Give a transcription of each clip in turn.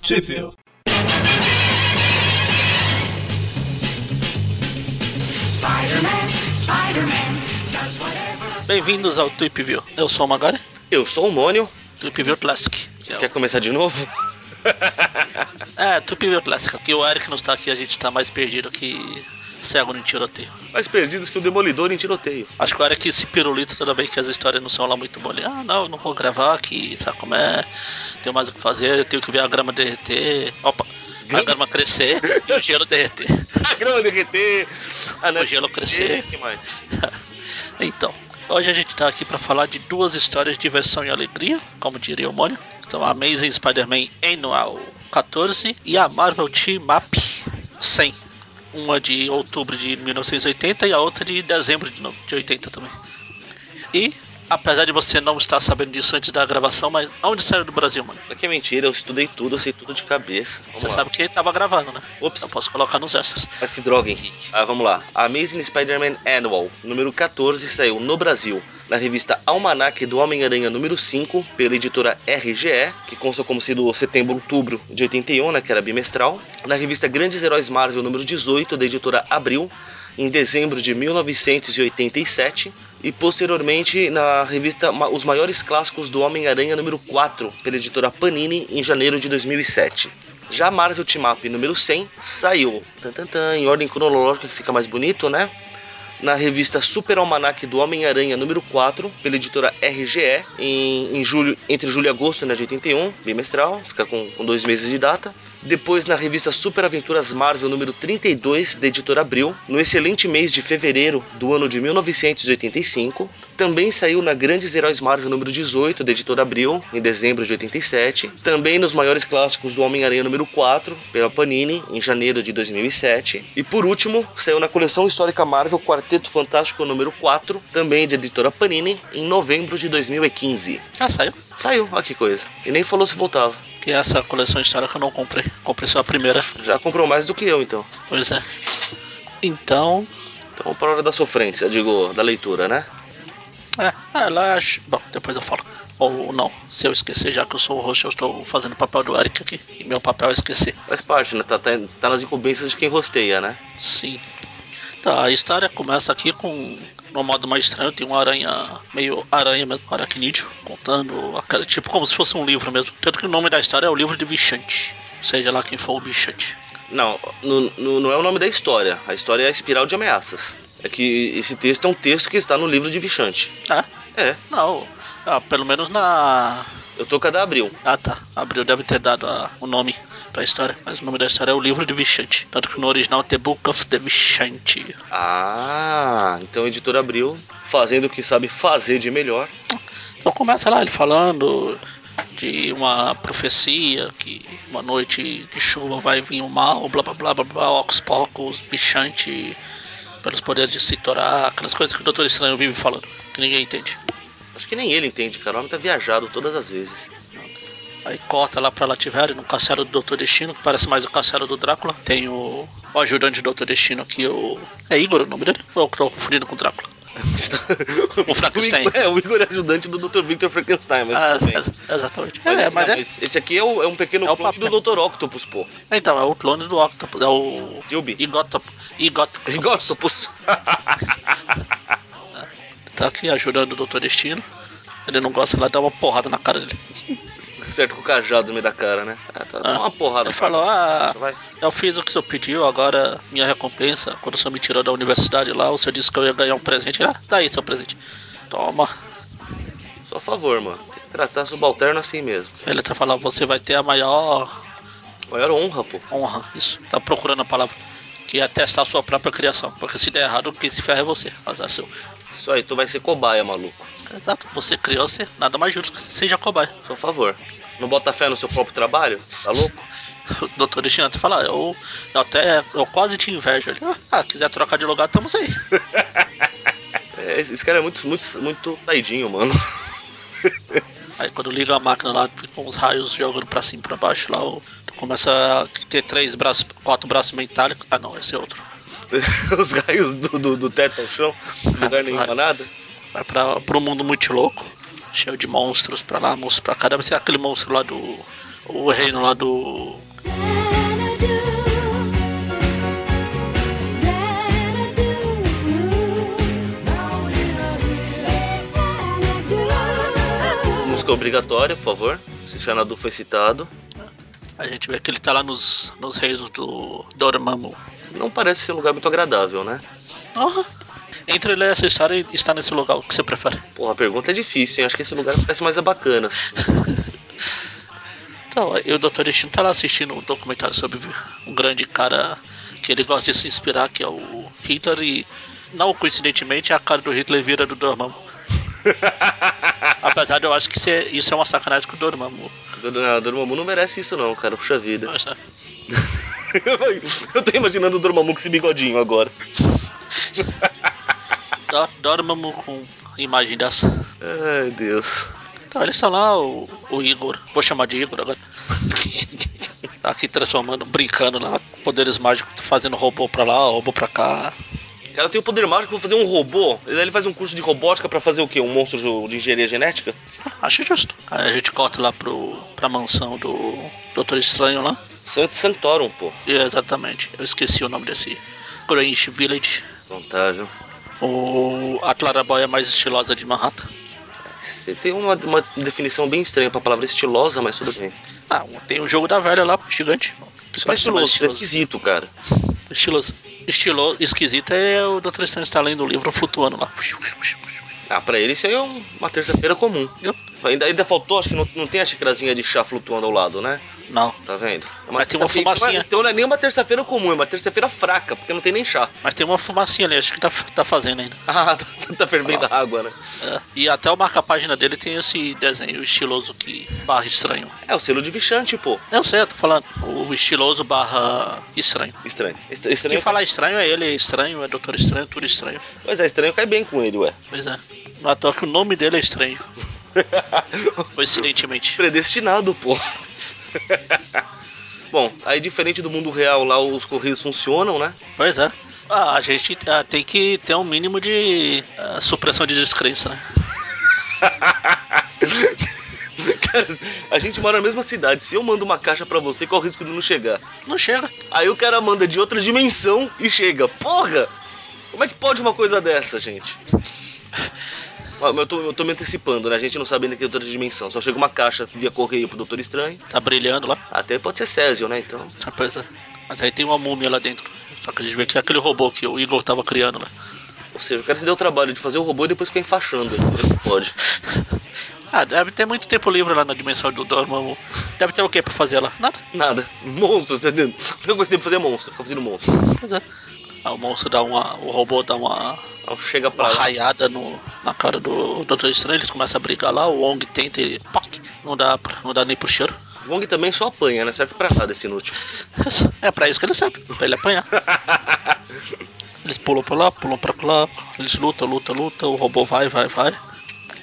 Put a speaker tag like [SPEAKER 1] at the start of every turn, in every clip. [SPEAKER 1] Possível. Bem-vindos ao Trip View. Eu sou o Magari,
[SPEAKER 2] Eu sou o Mônio.
[SPEAKER 1] Trip View Classic. que é o-
[SPEAKER 2] Quer começar de novo?
[SPEAKER 1] É, Trip View Classic. Que o Eric não está aqui, a gente está mais perdido que cego no tiroteio.
[SPEAKER 2] Mais perdidos que o Demolidor em tiroteio.
[SPEAKER 1] Acho que o Eric se pirulita toda vez que as histórias não são lá muito boas. Ele, Ah, não, eu não vou gravar aqui, sabe como é? Tenho mais o que fazer, eu tenho que ver a grama derreter. Opa, a grama crescer e o gelo derreter.
[SPEAKER 2] A grama derreter, a neve
[SPEAKER 1] gelo crescer.
[SPEAKER 2] que mais?
[SPEAKER 1] então, hoje a gente tá aqui pra falar de duas histórias de diversão e alegria, como diria o Mônio. São a Amazing Spider-Man Annual 14 e a Marvel Team Up 100. Uma de outubro de 1980 e a outra de dezembro de no- de 80 também. E, apesar de você não estar sabendo disso antes da gravação, mas onde saiu do Brasil, mano?
[SPEAKER 2] Mas que é mentira, eu estudei tudo, eu sei tudo de cabeça. Vamos
[SPEAKER 1] Você
[SPEAKER 2] lá.
[SPEAKER 1] sabe que tava gravando, né?
[SPEAKER 2] Ops.
[SPEAKER 1] Eu posso colocar nos extras.
[SPEAKER 2] Mas que droga, Henrique. Ah, vamos lá. A Amazing Spider-Man Annual, número 14, saiu no Brasil, na revista Almanac do Homem-Aranha número 5, pela editora RGE, que constou como sendo setembro, outubro de 81, né, que era bimestral. Na revista Grandes Heróis Marvel número 18, da editora Abril, em dezembro de 1987. E posteriormente na revista Ma- Os Maiores Clássicos do Homem-Aranha número 4, pela editora Panini, em janeiro de 2007. Já a Marvel Team Up número 100 saiu, tan, tan, tan, em ordem cronológica que fica mais bonito, né? Na revista Super Almanac do Homem-Aranha número 4, pela editora RGE, em, em julho, entre julho e agosto né, de 81, bimestral, fica com, com dois meses de data. Depois na revista Super Aventuras Marvel número 32, da editora Abril, no excelente mês de fevereiro do ano de 1985. Também saiu na Grandes Heróis Marvel número 18, da editora Abril, em dezembro de 87. Também nos maiores clássicos do Homem-Aranha número 4, pela Panini, em janeiro de 2007. E por último, saiu na coleção histórica Marvel Quarteto Fantástico número 4, também de editora Panini, em novembro de 2015.
[SPEAKER 1] Ah, saiu.
[SPEAKER 2] Saiu, olha que coisa. E nem falou se voltava.
[SPEAKER 1] Que essa coleção histórica eu não comprei. Comprei só a primeira.
[SPEAKER 2] Já comprou mais do que eu, então.
[SPEAKER 1] Pois é. Então,
[SPEAKER 2] Então vamos pra hora da sofrência, digo, da leitura, né?
[SPEAKER 1] é, ela acho. Bom, depois eu falo. Ou não, se eu esquecer, já que eu sou o host, eu estou fazendo o papel do Eric aqui. E meu papel é esquecer.
[SPEAKER 2] Faz parte, né? Tá, tá, tá nas incumbências de quem rosteia, né?
[SPEAKER 1] Sim. Tá, a história começa aqui com. No modo mais estranho, tem uma aranha, meio aranha mesmo, aracnídeo, contando aquela, tipo como se fosse um livro mesmo. Tanto que o nome da história é o livro de Vichante, seja lá quem for o Vichante.
[SPEAKER 2] Não, no- no- não é o nome da história. A história é a Espiral de Ameaças. É que esse texto é um texto que está no livro de Vichante.
[SPEAKER 1] Ah,
[SPEAKER 2] É,
[SPEAKER 1] não, ah, pelo menos na,
[SPEAKER 2] eu tô cada abril.
[SPEAKER 1] Ah tá, Abril deve ter dado a- o nome pra história, mas o nome da história é o livro de Vichante. Tanto que no original é The Book of the Vichante.
[SPEAKER 2] Ah, então editor Abril, fazendo o que sabe fazer de melhor.
[SPEAKER 1] Então começa lá ele falando de uma profecia que uma noite de chuva vai vir o mal, blá blá blá blá blá, ocos pocos, Vichante, pelos poderes de se torar, aquelas coisas que o Doutor Estranho vive falando, que ninguém entende.
[SPEAKER 2] Acho que nem ele entende, cara. O homem tá viajado todas as vezes.
[SPEAKER 1] Aí corta lá pra Lativério, no castelo do Doutor Destino, que parece mais o castelo do Drácula. Tem o, o ajudante do Doutor Destino aqui, o. É Igor o nome dele? Ou eu tô confundindo com o Drácula? O Frankenstein.
[SPEAKER 2] Igor- É, o Igor é ajudante do Dr. Victor Frankenstein, mas
[SPEAKER 1] Ah,
[SPEAKER 2] tudo bem.
[SPEAKER 1] ex- exatamente.
[SPEAKER 2] Mas,
[SPEAKER 1] é, mas
[SPEAKER 2] não,
[SPEAKER 1] é,
[SPEAKER 2] mas esse aqui é, o- é um pequeno
[SPEAKER 1] É o
[SPEAKER 2] clone
[SPEAKER 1] papel.
[SPEAKER 2] do Dr. Octopus, pô.
[SPEAKER 1] Então, é o clone do Octopus, é o.
[SPEAKER 2] Dilby.
[SPEAKER 1] Igotop. Igotop.
[SPEAKER 2] Octopus.
[SPEAKER 1] Tá aqui ajudando o Doutor Destino. Ele não gosta, ela dá uma porrada na cara dele.
[SPEAKER 2] Certo com o cajado no meio da cara, né? Ah, tá, dá
[SPEAKER 1] Ah.
[SPEAKER 2] uma porrada.
[SPEAKER 1] Ele falou: Ah,
[SPEAKER 2] Você vai?
[SPEAKER 1] eu fiz o que o senhor pediu, agora minha recompensa. Quando o senhor me tirou da universidade lá, o senhor disse que eu ia ganhar um presente. Ele, Ah, tá aí seu presente. Toma.
[SPEAKER 2] Só a favor, mano. Tem que tratar subalterno assim mesmo.
[SPEAKER 1] Ele tá falando: Você vai ter a maior
[SPEAKER 2] Maior honra, pô.
[SPEAKER 1] honra. Isso, tá procurando a palavra. Que é testar a sua própria criação. Porque se der errado, quem se ferra é você. Azar seu.
[SPEAKER 2] Isso aí, tu vai ser cobaia, maluco.
[SPEAKER 1] Exato, você criou, você nada mais justo que você seja cobaia.
[SPEAKER 2] Só a favor. Não bota fé no seu próprio trabalho? Tá louco?
[SPEAKER 1] O doutor Destino até fala, "Ah, eu, eu até eu quase te invejo. Ele, ah, quiser trocar de lugar, estamos aí.
[SPEAKER 2] É, esse esse cara é muito, muito, muito saidinho, mano.
[SPEAKER 1] Aí quando liga a máquina lá, fica com os raios jogando pra cima e pra baixo lá, o- tu começa a ter três braços, quatro braços metálicos. Ah não, esse é outro.
[SPEAKER 2] Os raios do, do, do teto ao chão, lugar nenhum pra nada.
[SPEAKER 1] Vai pra, pro mundo muito louco, cheio de monstros pra lá, monstros pra cá. Deve ser aquele monstro lá do o reino lá do.
[SPEAKER 2] Música obrigatória, por favor. Se Xanadu foi citado.
[SPEAKER 1] A gente vê que ele tá lá nos, nos reinos do Dormammu.
[SPEAKER 2] Não parece ser um lugar muito agradável, né?
[SPEAKER 1] Oh. Entre ler essa história e estar nesse lugar, o que você prefere?
[SPEAKER 2] Porra, a pergunta é difícil, hein? Acho que esse lugar parece mais assim. Abacanas.
[SPEAKER 1] Então, e o Dr. Destino tá lá assistindo um documentário sobre um grande cara que ele gosta de se inspirar, que é o Hitler, e não coincidentemente a cara do Hitler vira do Dormammu. Apesar de eu acho que isso é, isso é uma sacanagem com o Dormammu.
[SPEAKER 2] Não, Dormammu não merece isso não, cara. Puxa vida.
[SPEAKER 1] Mas, né?
[SPEAKER 2] Eu tô imaginando o Dormammu com esse bigodinho agora.
[SPEAKER 1] Dor- Dormammu com imagem dessa.
[SPEAKER 2] Ai, Deus.
[SPEAKER 1] Então, eles estão lá, o, o Igor, vou chamar de Igor agora. tá aqui transformando, brincando lá, com poderes mágicos, tá fazendo robô pra lá, robô pra cá.
[SPEAKER 2] Cara, eu tenho poder mágico, vou fazer um robô. E daí Ele faz um curso de robótica pra fazer o quê? Um monstro de- de engenharia genética?
[SPEAKER 1] Acho justo. Aí a gente corta lá pro, pra mansão do Doutor Estranho lá.
[SPEAKER 2] Santo Santorum, pô.
[SPEAKER 1] E, exatamente, eu esqueci o nome desse Grange Village.
[SPEAKER 2] Contável.
[SPEAKER 1] O, a clarabóia mais estilosa de Manhattan.
[SPEAKER 2] Você tem uma, uma definição bem estranha pra palavra estilosa, mas tudo bem.
[SPEAKER 1] Ah, tem o jogo da velha lá, gigante. Que parece
[SPEAKER 2] Isso não é
[SPEAKER 1] mais
[SPEAKER 2] estiloso, isso é esquisito, cara.
[SPEAKER 1] Estiloso. Estilo esquisito é o Dr. Estranho está lendo o livro flutuando lá.
[SPEAKER 2] Ah, pra ele isso aí é um- uma terça-feira comum.
[SPEAKER 1] Eu?
[SPEAKER 2] Ainda, ainda faltou, acho que não, não tem a xicrazinha de chá flutuando ao lado, né?
[SPEAKER 1] Não,
[SPEAKER 2] Tá vendo? É
[SPEAKER 1] Mas tem uma
[SPEAKER 2] terça-feira-
[SPEAKER 1] fumacinha.
[SPEAKER 2] não é- Então não é nem uma terça-feira comum, é uma terça-feira fraca, porque não tem nem chá.
[SPEAKER 1] mas tem uma fumacinha ali, acho que tá, tá fazendo ainda.
[SPEAKER 2] Ah, tá, tá fervendo a água, né?
[SPEAKER 1] É. E até o marca-página dele tem esse desenho estiloso que barra estranho. É,
[SPEAKER 2] É o selo de Vichante, pô.
[SPEAKER 1] Eu sei, eu tô falando. O estiloso barra estranho.
[SPEAKER 2] Estranho. Est-
[SPEAKER 1] Quem
[SPEAKER 2] estranho
[SPEAKER 1] falar estranho é ele, é estranho, é doutor estranho, tudo estranho.
[SPEAKER 2] Pois é, estranho cai bem com ele, ué.
[SPEAKER 1] Pois é. Não é à toa que o nome dele é estranho. Coincidentemente.
[SPEAKER 2] Um Predestinado, pô. Bom, aí diferente do mundo real lá, os correios funcionam, né?
[SPEAKER 1] Pois é. Ah, a gente ah, tem que ter um mínimo de ah, supressão de descrença, né?
[SPEAKER 2] Cara, a gente mora na mesma cidade. Se eu mando uma caixa pra você, qual o risco de não chegar?
[SPEAKER 1] Não chega.
[SPEAKER 2] Aí o cara manda de outra dimensão e chega. Porra! Como é que pode uma coisa dessa, gente? Ah, mas Eu tô, eu tô me antecipando, né? A gente não sabe ainda que é outra dimensão. Só chega uma caixa via correio pro Doutor Estranho.
[SPEAKER 1] Tá brilhando lá.
[SPEAKER 2] Até pode ser Césio, né? Então.
[SPEAKER 1] Ah, Pois é. Mas aí tem uma múmia lá dentro. Só que a gente vê que é aquele robô que o Igor tava criando lá.
[SPEAKER 2] Ou seja, o cara se deu o trabalho de fazer o robô e depois ficar enfaixando. ele. Como é que Pode.
[SPEAKER 1] Ah, deve ter muito tempo livre lá na dimensão do Dormammu. Deve ter o que pra fazer lá? Nada.
[SPEAKER 2] Nada. Monstros, tá entendendo? A única coisa que tem pra fazer é monstro, fica fazendo monstro.
[SPEAKER 1] Pois é. Ah, o monstro dá uma. O robô dá uma,
[SPEAKER 2] Então chega pra
[SPEAKER 1] uma
[SPEAKER 2] lá.
[SPEAKER 1] raiada no, na cara do Doutor Estranho, eles começam a brigar lá, o Wong tenta e. Poc, não dá, pra- não dá nem pro cheiro.
[SPEAKER 2] Wong também só apanha, né? Serve pra nada esse inútil.
[SPEAKER 1] É pra isso que ele serve, pra ele apanhar. Eles pulam pra lá, pulam pra lá, eles lutam, lutam, lutam, o robô vai, vai, vai.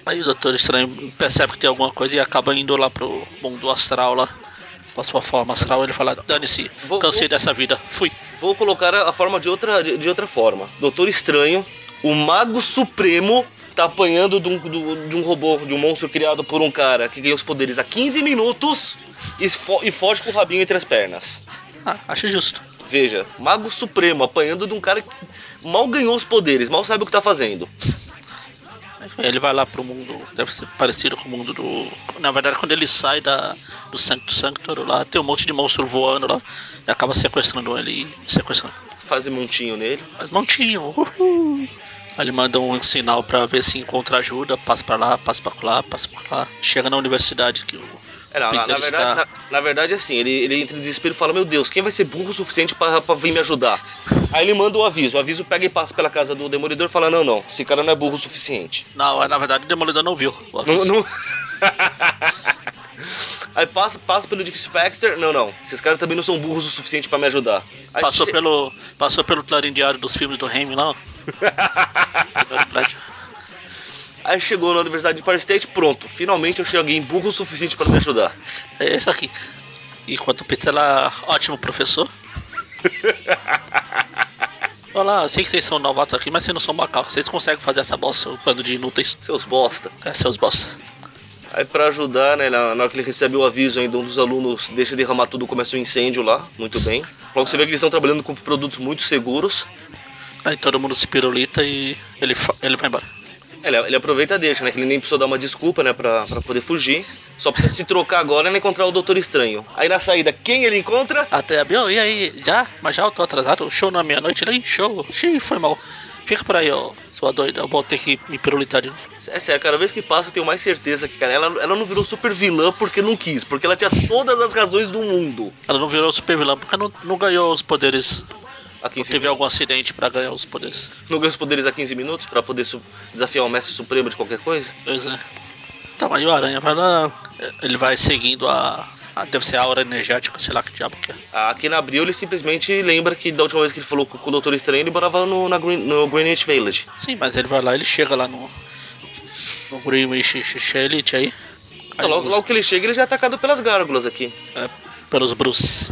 [SPEAKER 1] Aí o Doutor Estranho percebe que tem alguma coisa e acaba indo lá pro mundo astral lá. Com a sua forma astral, ele fala, dane-se,
[SPEAKER 2] Vou-
[SPEAKER 1] cansei
[SPEAKER 2] vou-
[SPEAKER 1] dessa vida, fui.
[SPEAKER 2] Vou colocar a forma de outra, de, de outra forma. Doutor Estranho, o Mago Supremo, tá apanhando de um, do- de um robô, de um monstro criado por um cara que ganha os poderes há 15 minutos e, fo- e foge com o rabinho entre as pernas.
[SPEAKER 1] Ah, acho justo.
[SPEAKER 2] Veja, Mago Supremo apanhando de um cara que mal ganhou os poderes, mal sabe o que tá fazendo.
[SPEAKER 1] Ele vai lá pro mundo, deve ser parecido com o mundo do. Na verdade, quando ele sai da, do Sancto Sanctorum lá, tem um monte de monstro voando lá e acaba sequestrando ele. Sequestrando.
[SPEAKER 2] Faz montinho nele.
[SPEAKER 1] Mas não tinha. Uhul. Aí ele manda um sinal pra ver se encontra ajuda, passa pra lá, passa pra lá, passa pra lá. Chega na universidade que o.
[SPEAKER 2] É, não, na,
[SPEAKER 1] Peter
[SPEAKER 2] na verdade,
[SPEAKER 1] está-
[SPEAKER 2] na, na verdade, assim, ele, ele entra em desespero e fala: Meu Deus, quem vai ser burro o suficiente pra, pra vir me ajudar? Aí ele manda o aviso. O aviso pega e passa pela casa do demolidor e fala: Não, não, esse cara não é burro o suficiente.
[SPEAKER 1] Não, é, na verdade o Demolidor não é viu. o
[SPEAKER 2] Não,
[SPEAKER 1] aviso.
[SPEAKER 2] não- Aí passa, passa pelo edifício Baxter: Não, não, esses caras também não são burros o suficiente pra me ajudar. Aí
[SPEAKER 1] Passou,
[SPEAKER 2] che-
[SPEAKER 1] pelo, passou pelo clarim diário dos filmes do Raimi lá. ó. Primeiro prédio.
[SPEAKER 2] Aí chegou na Universidade de Paris State, pronto, finalmente eu achei alguém burro o suficiente pra me ajudar.
[SPEAKER 1] É isso aqui. Enquanto o Peter lá, ótimo professor. Olá, eu sei que vocês são novatos aqui, mas vocês não são macacos. Vocês conseguem fazer essa bosta, o bando de inúteis.
[SPEAKER 2] Seus bosta.
[SPEAKER 1] É, seus bosta.
[SPEAKER 2] Aí pra ajudar, né, na na hora que ele recebe o aviso ainda, um dos alunos deixa derramar tudo, começa um incêndio lá, muito bem. Logo você vê que eles estão trabalhando com produtos muito seguros.
[SPEAKER 1] Aí todo mundo se pirulita e ele, fa- ele vai embora.
[SPEAKER 2] Ele, ele aproveita e deixa, né, que ele nem precisou dar uma desculpa, né, pra, pra poder fugir. Só precisa se trocar agora e né, encontrar o Doutor Estranho. Aí na saída, quem ele encontra?
[SPEAKER 1] Até a Bill, e aí? Já? Mas já eu tô atrasado. O show na meia-noite ali? Show. Xiii, foi mal. Fica por aí, ó. Sua doida. Eu vou ter que me pirulitar de novo.
[SPEAKER 2] É sério, cada vez que passa eu tenho mais certeza que, cara, ela, ela não virou super vilã porque não quis, porque ela tinha todas as razões do mundo.
[SPEAKER 1] Ela não virou super vilã porque não, não ganhou os poderes.
[SPEAKER 2] A 15
[SPEAKER 1] Teve algum acidente pra ganhar os poderes.
[SPEAKER 2] Não ganha os poderes a 15 minutos pra poder su- desafiar o mestre supremo de qualquer coisa?
[SPEAKER 1] Pois é. Então, aí o Aranha vai lá. Ele vai seguindo a. a deve ser a aura energética, sei lá que diabo que é.
[SPEAKER 2] Ah, Aqui na Abril ele simplesmente lembra que da última vez que ele falou com com o Doutor Estranho ele morava no, na Green- no Greenwich Village.
[SPEAKER 1] Sim, mas ele vai lá, ele chega lá no. No Greenwich X- Elite aí.
[SPEAKER 2] Então, logo,
[SPEAKER 1] os-
[SPEAKER 2] logo que ele chega ele já é atacado pelas gárgulas aqui,
[SPEAKER 1] é, pelos Bruce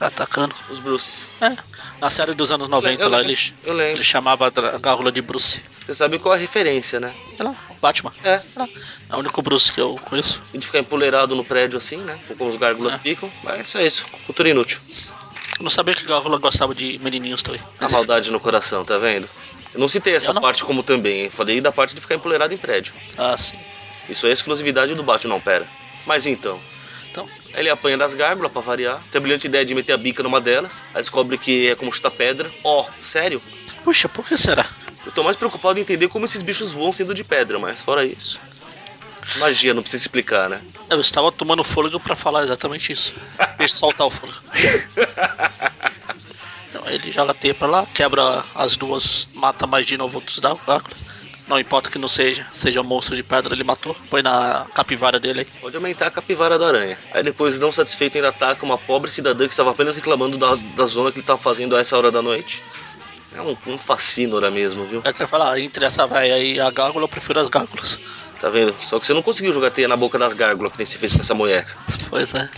[SPEAKER 1] atacando.
[SPEAKER 2] os Bruces.
[SPEAKER 1] É, na série dos anos 90
[SPEAKER 2] Eu
[SPEAKER 1] lá,
[SPEAKER 2] lembro,
[SPEAKER 1] eles,
[SPEAKER 2] eu lembro.
[SPEAKER 1] eles chamavam a dra- a gárgula de Bruce.
[SPEAKER 2] Você sabe qual é a referência, né?
[SPEAKER 1] Olha lá, Batman.
[SPEAKER 2] É,
[SPEAKER 1] Olha lá, É o único Bruce que eu conheço.
[SPEAKER 2] e de ficar empoleirado no prédio assim, né? Como os gárgulas
[SPEAKER 1] É.
[SPEAKER 2] ficam. Mas isso é isso, cultura inútil.
[SPEAKER 1] Eu não sabia que gárgula gostava de menininhos também.
[SPEAKER 2] A
[SPEAKER 1] Mas,
[SPEAKER 2] maldade no coração, tá vendo? Eu não citei essa
[SPEAKER 1] Eu não.
[SPEAKER 2] parte como também, hein? falei da parte de ficar empoleirado em prédio.
[SPEAKER 1] ah, sim.
[SPEAKER 2] Isso é exclusividade do Batman, não, pera. Mas então,
[SPEAKER 1] Então,
[SPEAKER 2] Aí Ele apanha das gárgulas pra variar. Tem a brilhante ideia de meter a bica numa delas. Aí descobre que é como chutar pedra. Ó, sério?
[SPEAKER 1] puxa, por que será?
[SPEAKER 2] Eu tô mais preocupado em entender como esses bichos voam sendo de pedra, mas fora isso. Magia, não precisa explicar, né?
[SPEAKER 1] Eu estava tomando fôlego pra falar exatamente isso. E soltar o fôlego. Então, ele joga teia pra lá, quebra as duas, mata mais de novo outros da gárgula. Não importa que não seja, seja um monstro de pedra, ele matou. Põe na capivara dele aí.
[SPEAKER 2] Pode aumentar a capivara da aranha. Aí depois, não satisfeito, ainda ataca uma pobre cidadã que estava apenas reclamando da, da zona que ele tava fazendo a essa hora da noite. É um, um fascínora mesmo, viu?
[SPEAKER 1] Aí você fala, ah, entre essa velha e a gárgula, eu prefiro as gárgulas.
[SPEAKER 2] Tá vendo? Só que você não conseguiu jogar teia na boca das gárgulas que nem você fez com essa mulher.
[SPEAKER 1] Pois é.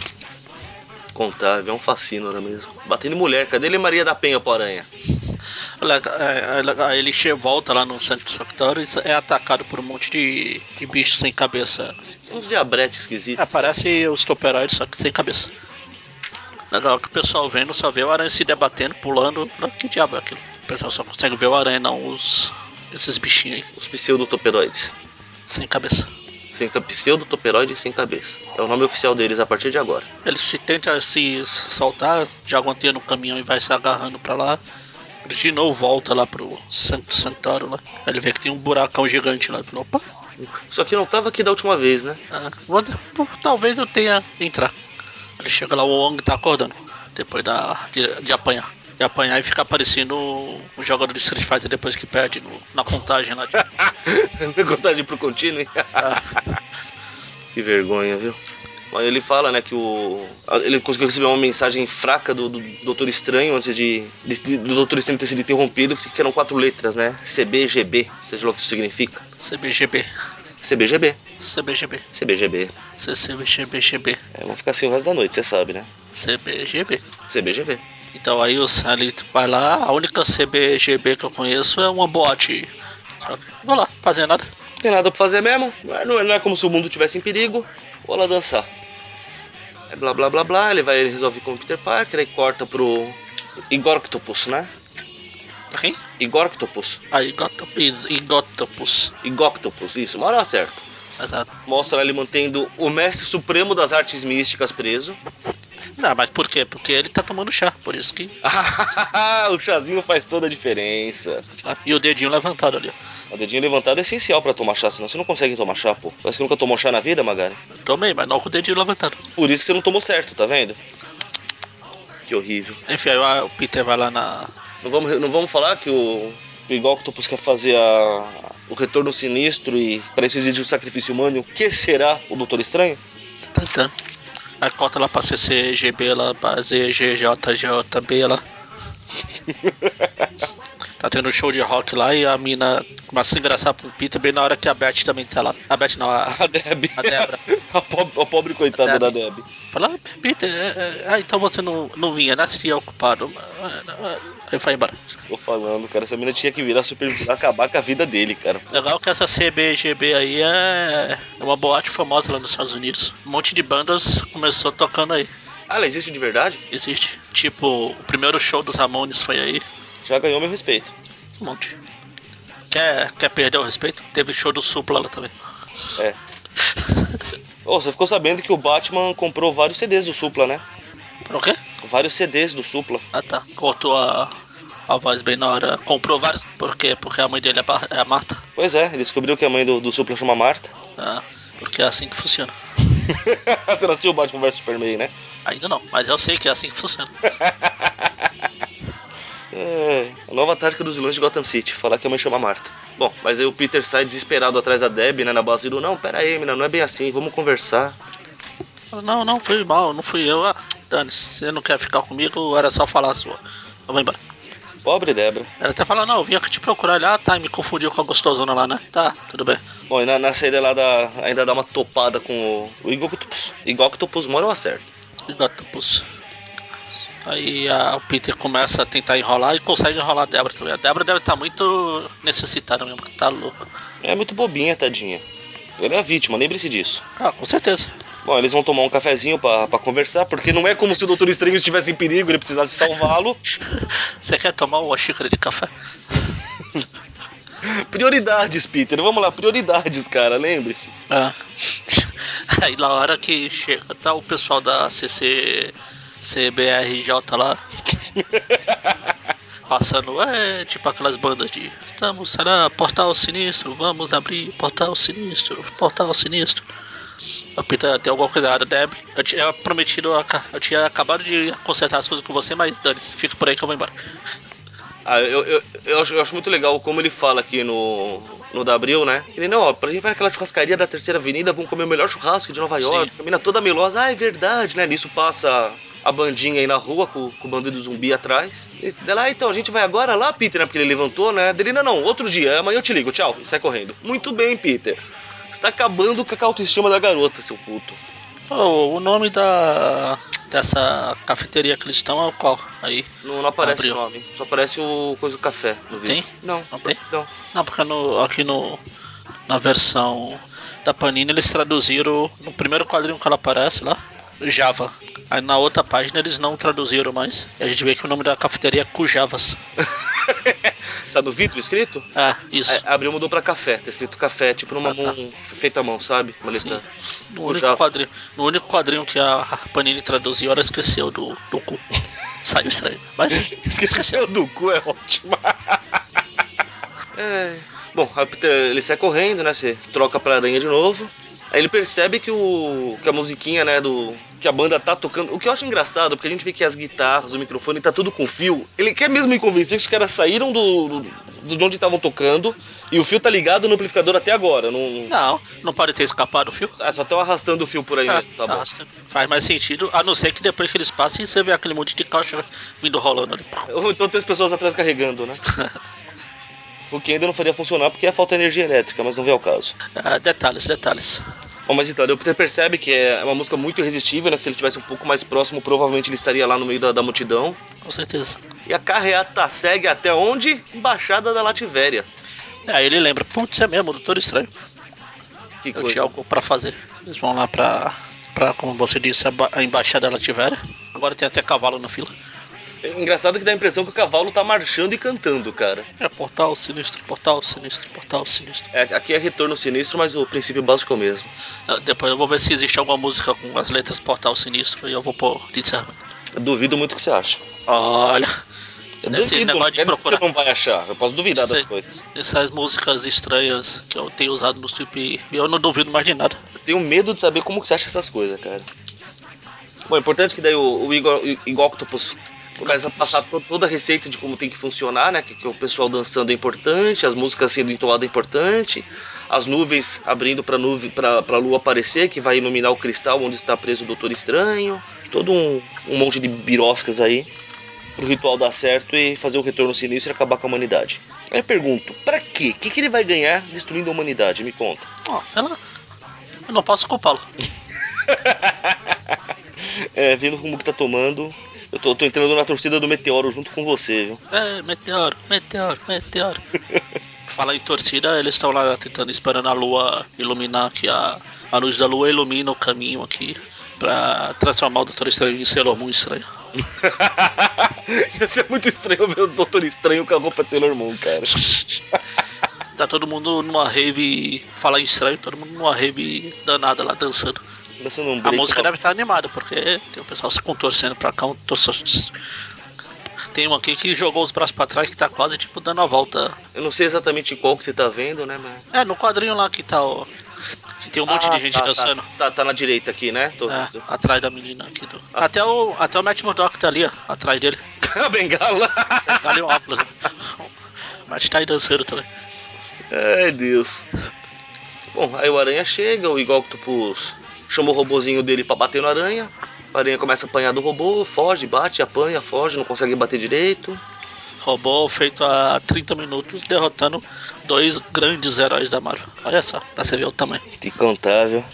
[SPEAKER 2] Contável, é um fascínora mesmo. Batendo em mulher, cadê ele Maria da Penha, pô, aranha?
[SPEAKER 1] Olha, é, é, legal, Aí ele che- volta lá no Santo Santuário e é atacado por um monte de, de bichos sem cabeça.
[SPEAKER 2] Uns diabretes esquisitos.
[SPEAKER 1] Ah, Aparece os toperoides, só que sem cabeça. Legal que o pessoal vendo só vê o aranha se debatendo, pulando. Não, Que diabo é aquilo? O pessoal só consegue ver o aranha, não os. esses bichinhos aí,
[SPEAKER 2] Os pseudotoperoides.
[SPEAKER 1] sem cabeça.
[SPEAKER 2] Sem ca- pseudotoperoides sem cabeça. É o nome oficial deles a partir de agora.
[SPEAKER 1] Ele se tenta se soltar, joga uma teia no caminhão e vai se agarrando pra lá. Ele de novo volta lá pro Santo Santuário lá. Aí ele vê que tem um buracão gigante lá. Ele fala, opa,
[SPEAKER 2] Só que não tava aqui da última vez, né?
[SPEAKER 1] ah, vou de- pô, talvez eu tenha que entrar. Ele chega lá, o Wong tá acordando. Depois da, de, de apanhar. De apanhar e fica parecendo um jogador de Street Fighter depois que perde no- na contagem lá. de-
[SPEAKER 2] Na contagem pro contínuo. hein?
[SPEAKER 1] Ah,
[SPEAKER 2] que vergonha, viu? Mas ele fala, né, que o. Ele conseguiu receber uma mensagem fraca do, do Doutor Estranho antes de. de- do Doutor Estranho ter sido interrompido, que eram quatro letras, né? CBGB, seja lá o que isso significa.
[SPEAKER 1] CBGB.
[SPEAKER 2] CBGB,
[SPEAKER 1] CBGB.
[SPEAKER 2] CBGB.
[SPEAKER 1] CCBGBGB.
[SPEAKER 2] É, vamos ficar assim o resto da noite, você sabe, né?
[SPEAKER 1] CBGB.
[SPEAKER 2] CBGB.
[SPEAKER 1] Então aí o Salito vai lá, a única CBGB que eu conheço é uma boate. Só que Vou lá, fazer nada.
[SPEAKER 2] Não tem nada pra fazer mesmo. Não é, não é- não é como se o mundo estivesse em perigo. Vou lá dançar. É blá blá blá blá. Ele vai resolver com o Peter Parker. Aí corta pro Igorctopus, né?
[SPEAKER 1] Quem?
[SPEAKER 2] Igorctopus.
[SPEAKER 1] Aí Gotopus e Gotopus.
[SPEAKER 2] Igoctopus, isso. Uma hora certo.
[SPEAKER 1] Exato.
[SPEAKER 2] Mostra ele mantendo o mestre supremo das artes místicas preso.
[SPEAKER 1] Não, mas por quê? Porque ele tá tomando chá, por isso que.
[SPEAKER 2] o chazinho faz toda a diferença.
[SPEAKER 1] tá? E o dedinho levantado ali, ó.
[SPEAKER 2] O dedinho levantado é essencial pra tomar chá, senão você não consegue tomar chá, pô. Parece que nunca tomou chá na vida, Magari.
[SPEAKER 1] Eu tomei, mas não com o dedinho levantado.
[SPEAKER 2] Por isso que você não tomou certo, tá vendo? Que horrível.
[SPEAKER 1] Enfim, aí o- o Peter vai lá na.
[SPEAKER 2] Não vamos, não vamos falar que o, que o Igoctopus quer fazer a- o retorno sinistro e para isso exige um sacrifício humano. O que será o Doutor Estranho?
[SPEAKER 1] Tá entrando. Aí corta lá pra CCGB lá, pra ZGJJB lá. Tá tendo um show de rock lá e a mina começa a se engraçar pro Peter bem na hora que a Beth também tá lá. A Beth não, a,
[SPEAKER 2] A Deb.
[SPEAKER 1] a Débora.
[SPEAKER 2] a, pobre, a pobre coitada
[SPEAKER 1] A
[SPEAKER 2] da
[SPEAKER 1] Deb.
[SPEAKER 2] Deb.
[SPEAKER 1] Fala, "Ah, Peter, é, é, ah, então você não, não vinha, né? Seria ocupado. Ah, ah, ah." Aí vai embora.
[SPEAKER 2] Tô falando, cara. Essa menina tinha que virar super acabar com a vida dele, cara.
[SPEAKER 1] Legal que essa CBGB aí é é uma boate famosa lá nos Estados Unidos. Um monte de bandas começou tocando aí.
[SPEAKER 2] Ah, ela existe de verdade?
[SPEAKER 1] Existe. Tipo, o primeiro show dos Ramones foi aí.
[SPEAKER 2] Já ganhou meu respeito.
[SPEAKER 1] Um monte. Quer, quer perder o respeito? Teve show do Supla lá também.
[SPEAKER 2] É. Ô, você ficou sabendo que o Batman comprou vários CDs do Supla, né?
[SPEAKER 1] Por quê?
[SPEAKER 2] Vários CDs do Supla.
[SPEAKER 1] Ah tá. Cortou a, a voz bem na hora. Comprou vários. Por quê? Porque a mãe dele é, Bar- é a Marta.
[SPEAKER 2] Pois é, ele descobriu que a mãe do, do Supla chama Marta.
[SPEAKER 1] Ah, porque é assim que funciona.
[SPEAKER 2] você não assistiu o Batman vs Superman, né?
[SPEAKER 1] Ainda não, mas eu sei que é assim que funciona.
[SPEAKER 2] É, a nova tática dos vilões de Gotham City, falar que a mãe chama Marta. Bom, mas aí o Peter sai desesperado atrás da Deb, né, na base do Não, pera aí, menina, não é bem assim, vamos conversar.
[SPEAKER 1] Não, não, foi mal, não fui eu. Ah, Dani, você não quer ficar comigo, era só falar a sua. Eu vou embora.
[SPEAKER 2] Pobre Debra.
[SPEAKER 1] Ela até fala, não, eu vim aqui te procurar. Ele, ah, tá, e me confundiu com a gostosona lá, né? Tá, tudo bem.
[SPEAKER 2] Bom, e na, na saída lá da, ainda dá uma topada com o, o Igoctopus. Igoctopus mora ou acerta?
[SPEAKER 1] Gatopus. Aí a- o Peter começa a tentar enrolar e consegue enrolar a Débora também. A Débora deve estar muito necessitada mesmo, tá louca.
[SPEAKER 2] É muito bobinha, tadinha. Ela é a vítima, lembre-se disso.
[SPEAKER 1] Ah, com certeza.
[SPEAKER 2] Bom, eles vão tomar um cafezinho pra, pra conversar, porque não é como se o Doutor Estranho estivesse em perigo, ele precisasse salvá-lo.
[SPEAKER 1] Você quer tomar uma xícara de café?
[SPEAKER 2] Prioridades, Peter, vamos lá, prioridades, cara, lembre-se.
[SPEAKER 1] Ah. Aí na hora que chega, tá o pessoal da CC CBRJ lá. Passando, é tipo aquelas bandas de estamos, será portal sinistro, vamos abrir portal sinistro, portal sinistro. A Pita tem alguma coisa errada, Deb. Eu tinha prometido, a ca- eu tinha acabado de consertar as coisas com você, mas dane fica por aí que eu vou embora.
[SPEAKER 2] Ah, eu, eu, eu, acho, eu acho muito legal como ele fala aqui no, no da Abril, né? Ele, não, ó, pra gente vai naquela churrascaria da Terceira Avenida, vamos comer o melhor churrasco de Nova
[SPEAKER 1] Sim.
[SPEAKER 2] York. A mina toda melosa, ah, é verdade, né? Nisso passa a bandinha aí na rua com, com o bandido zumbi atrás. E dela, ah, então, a gente vai agora lá, Peter, né? Porque ele levantou, né? Dele, não, não, outro dia, amanhã eu te ligo, tchau. E sai correndo. Muito bem, Peter. Você tá acabando com a autoestima da garota, seu puto.
[SPEAKER 1] Ô, o nome da dessa cafeteria que eles estão é qual? Aí.
[SPEAKER 2] Não, não aparece
[SPEAKER 1] Abril.
[SPEAKER 2] o nome, só aparece o coisa do café no vídeo.
[SPEAKER 1] Tem?
[SPEAKER 2] Não,
[SPEAKER 1] Não tem?
[SPEAKER 2] Não.
[SPEAKER 1] Não, porque no- aqui no, na versão da Panini eles traduziram no primeiro quadrinho que ela aparece lá, Java. Aí na outra página eles não traduziram mais. E a gente vê que o nome da cafeteria é Cujavas.
[SPEAKER 2] Tá no vidro escrito?
[SPEAKER 1] Ah, isso.
[SPEAKER 2] É, abriu mudou pra café, tá escrito café, tipo numa
[SPEAKER 1] Ah, tá.
[SPEAKER 2] mão feita à mão, sabe? Uma
[SPEAKER 1] Sim.
[SPEAKER 2] letra.
[SPEAKER 1] No único,
[SPEAKER 2] Java.
[SPEAKER 1] quadrinho, no único quadrinho que a Panini traduziu, ela esqueceu do, do cu. Saiu estranho. Mas
[SPEAKER 2] Esqueceu
[SPEAKER 1] esqueceu.
[SPEAKER 2] do cu, é ótima. É. Bom, aí o Peter, ele sai correndo, né? Você troca pra aranha de novo. Aí ele percebe que o. que a musiquinha, né, do. que a banda tá tocando. O que eu acho engraçado, porque a gente vê que as guitarras, o microfone tá tudo com fio. Ele quer mesmo me convencer que os caras saíram do. do de onde estavam tocando e o fio tá ligado no amplificador até agora. Não.
[SPEAKER 1] Não, não pode ter escapado o fio.
[SPEAKER 2] Ah, só estão arrastando o fio por aí,
[SPEAKER 1] Ah,
[SPEAKER 2] né? Tá bom.
[SPEAKER 1] arrasta. Faz mais sentido, a não ser que depois que eles passem, você vê aquele monte de caixa vindo rolando ali.
[SPEAKER 2] Ou então tem as pessoas atrás carregando, né? o que ainda não faria funcionar porque ia falta energia elétrica, mas não vê ao caso.
[SPEAKER 1] Ah, detalhes, detalhes.
[SPEAKER 2] Bom, mas então, daí o Peter percebe que é uma música muito irresistível, né? Que se ele estivesse um pouco mais próximo, provavelmente ele estaria lá no meio da, da multidão.
[SPEAKER 1] Com certeza.
[SPEAKER 2] E a carreata segue até onde? Embaixada da Lativéria.
[SPEAKER 1] Aí ele lembra, putz, é mesmo, doutor estranho.
[SPEAKER 2] Que
[SPEAKER 1] Eu
[SPEAKER 2] coisa.
[SPEAKER 1] tinha algo pra fazer. Eles vão lá pra, pra como você disse, a, ba- a embaixada ela tiver. Agora tem até cavalo na fila.
[SPEAKER 2] É Engraçado que dá a impressão que o cavalo tá marchando e cantando, cara.
[SPEAKER 1] É portal sinistro, portal sinistro, portal sinistro.
[SPEAKER 2] É, aqui é retorno sinistro, mas o princípio básico é o mesmo.
[SPEAKER 1] Ah, Depois eu vou ver se existe alguma música com as letras portal sinistro e eu vou pôr Leeds Herman.
[SPEAKER 2] Eu duvido muito o que você acha.
[SPEAKER 1] Olha,
[SPEAKER 2] Eu
[SPEAKER 1] Esse
[SPEAKER 2] duvido, não
[SPEAKER 1] negócio de
[SPEAKER 2] quer dizer que você
[SPEAKER 1] procurar.
[SPEAKER 2] não vai achar. Eu posso duvidar das
[SPEAKER 1] Esse-
[SPEAKER 2] coisas.
[SPEAKER 1] essas músicas estranhas que eu tenho usado no Trip, eu não duvido mais de nada.
[SPEAKER 2] Eu tenho medo de saber como que você acha essas coisas, cara. Bom, é importante que daí o, o Igor, o Igor Octopus começa a passar to- toda a receita de como tem que funcionar, né? Que, que o pessoal dançando é importante, as músicas sendo entoadas é importante, as nuvens abrindo pra, nuvem, pra, pra lua aparecer, que vai iluminar o cristal onde está preso o Doutor Estranho. Todo um, um monte de biroscas aí. pro ritual dar certo e fazer o retorno sinistro e acabar com a humanidade. Aí eu pergunto, pra quê? O que, que ele vai ganhar destruindo a humanidade? Me conta.
[SPEAKER 1] Ó, sei lá. Eu não posso culpá-lo.
[SPEAKER 2] É, vendo como que tá tomando, eu tô, tô entrando na torcida do Meteoro junto com você, viu?
[SPEAKER 1] É, meteoro, meteoro, meteoro. Falar em torcida, eles estão lá tentando, esperando a lua iluminar aqui. A, a luz da lua ilumina o caminho aqui pra transformar o Doutor Estranho em Sailor Moon estranho.
[SPEAKER 2] Ia ser é muito estranho ver o Doutor Estranho com a roupa de Sailor Moon, cara.
[SPEAKER 1] Tá todo mundo numa rave. Falar em estranho, todo mundo numa rave danada lá dançando.
[SPEAKER 2] Dançando um
[SPEAKER 1] A
[SPEAKER 2] break,
[SPEAKER 1] música
[SPEAKER 2] uma-
[SPEAKER 1] deve estar animada, porque tem o pessoal se contorcendo pra cá, um torço- Tem um aqui que jogou os braços pra trás que tá quase tipo dando a volta.
[SPEAKER 2] Eu não sei exatamente qual que você tá vendo, né, mas...
[SPEAKER 1] É, no quadrinho lá que tá o. Que tem um monte
[SPEAKER 2] Ah,
[SPEAKER 1] de gente
[SPEAKER 2] tá, tá.
[SPEAKER 1] dançando.
[SPEAKER 2] Tá, tá na direita aqui, né? Tô...
[SPEAKER 1] É, atrás da menina aqui do. Até o. Até o Matt Murdock tá ali, ó, atrás dele.
[SPEAKER 2] a bengala.
[SPEAKER 1] Tá ali o óculos. né? O Matt tá aí dançando também.
[SPEAKER 2] Ai, Deus. Bom, aí o aranha chega, o Igoctopus chama o robozinho dele pra bater no aranha. O aranha começa a apanhar do robô, foge, bate, apanha, foge, não consegue bater direito.
[SPEAKER 1] Robô feito há 30 minutos, derrotando dois grandes heróis da Marvel. Olha só, pra você ver o tamanho.
[SPEAKER 2] Te contar, viu?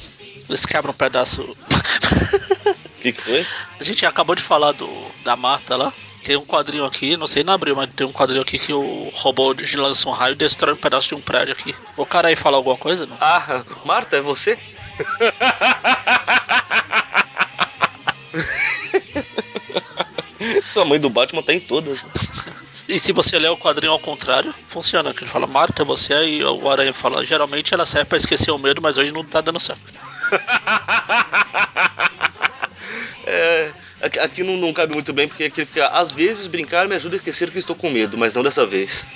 [SPEAKER 1] Eles quebram um pedaço.
[SPEAKER 2] O que, que foi?
[SPEAKER 1] A gente acabou de falar do da Marta lá. Tem um quadrinho aqui, não sei na abril, mas tem um quadrinho aqui que o robô de- lança um raio e destrói um pedaço de um prédio aqui. O cara aí fala alguma coisa? Não?
[SPEAKER 2] Ah, Marta, é você? Sua mãe do Batman tá em todas.
[SPEAKER 1] E se você ler o quadrinho ao contrário, funciona. Que ele fala, Marta, é você aí, o Aranha fala, geralmente ela serve pra esquecer o medo, mas hoje não tá dando certo.
[SPEAKER 2] É, aqui aqui não, não cabe muito bem, porque aqui fica. Às vezes brincar me ajuda a esquecer que estou com medo, mas não dessa vez.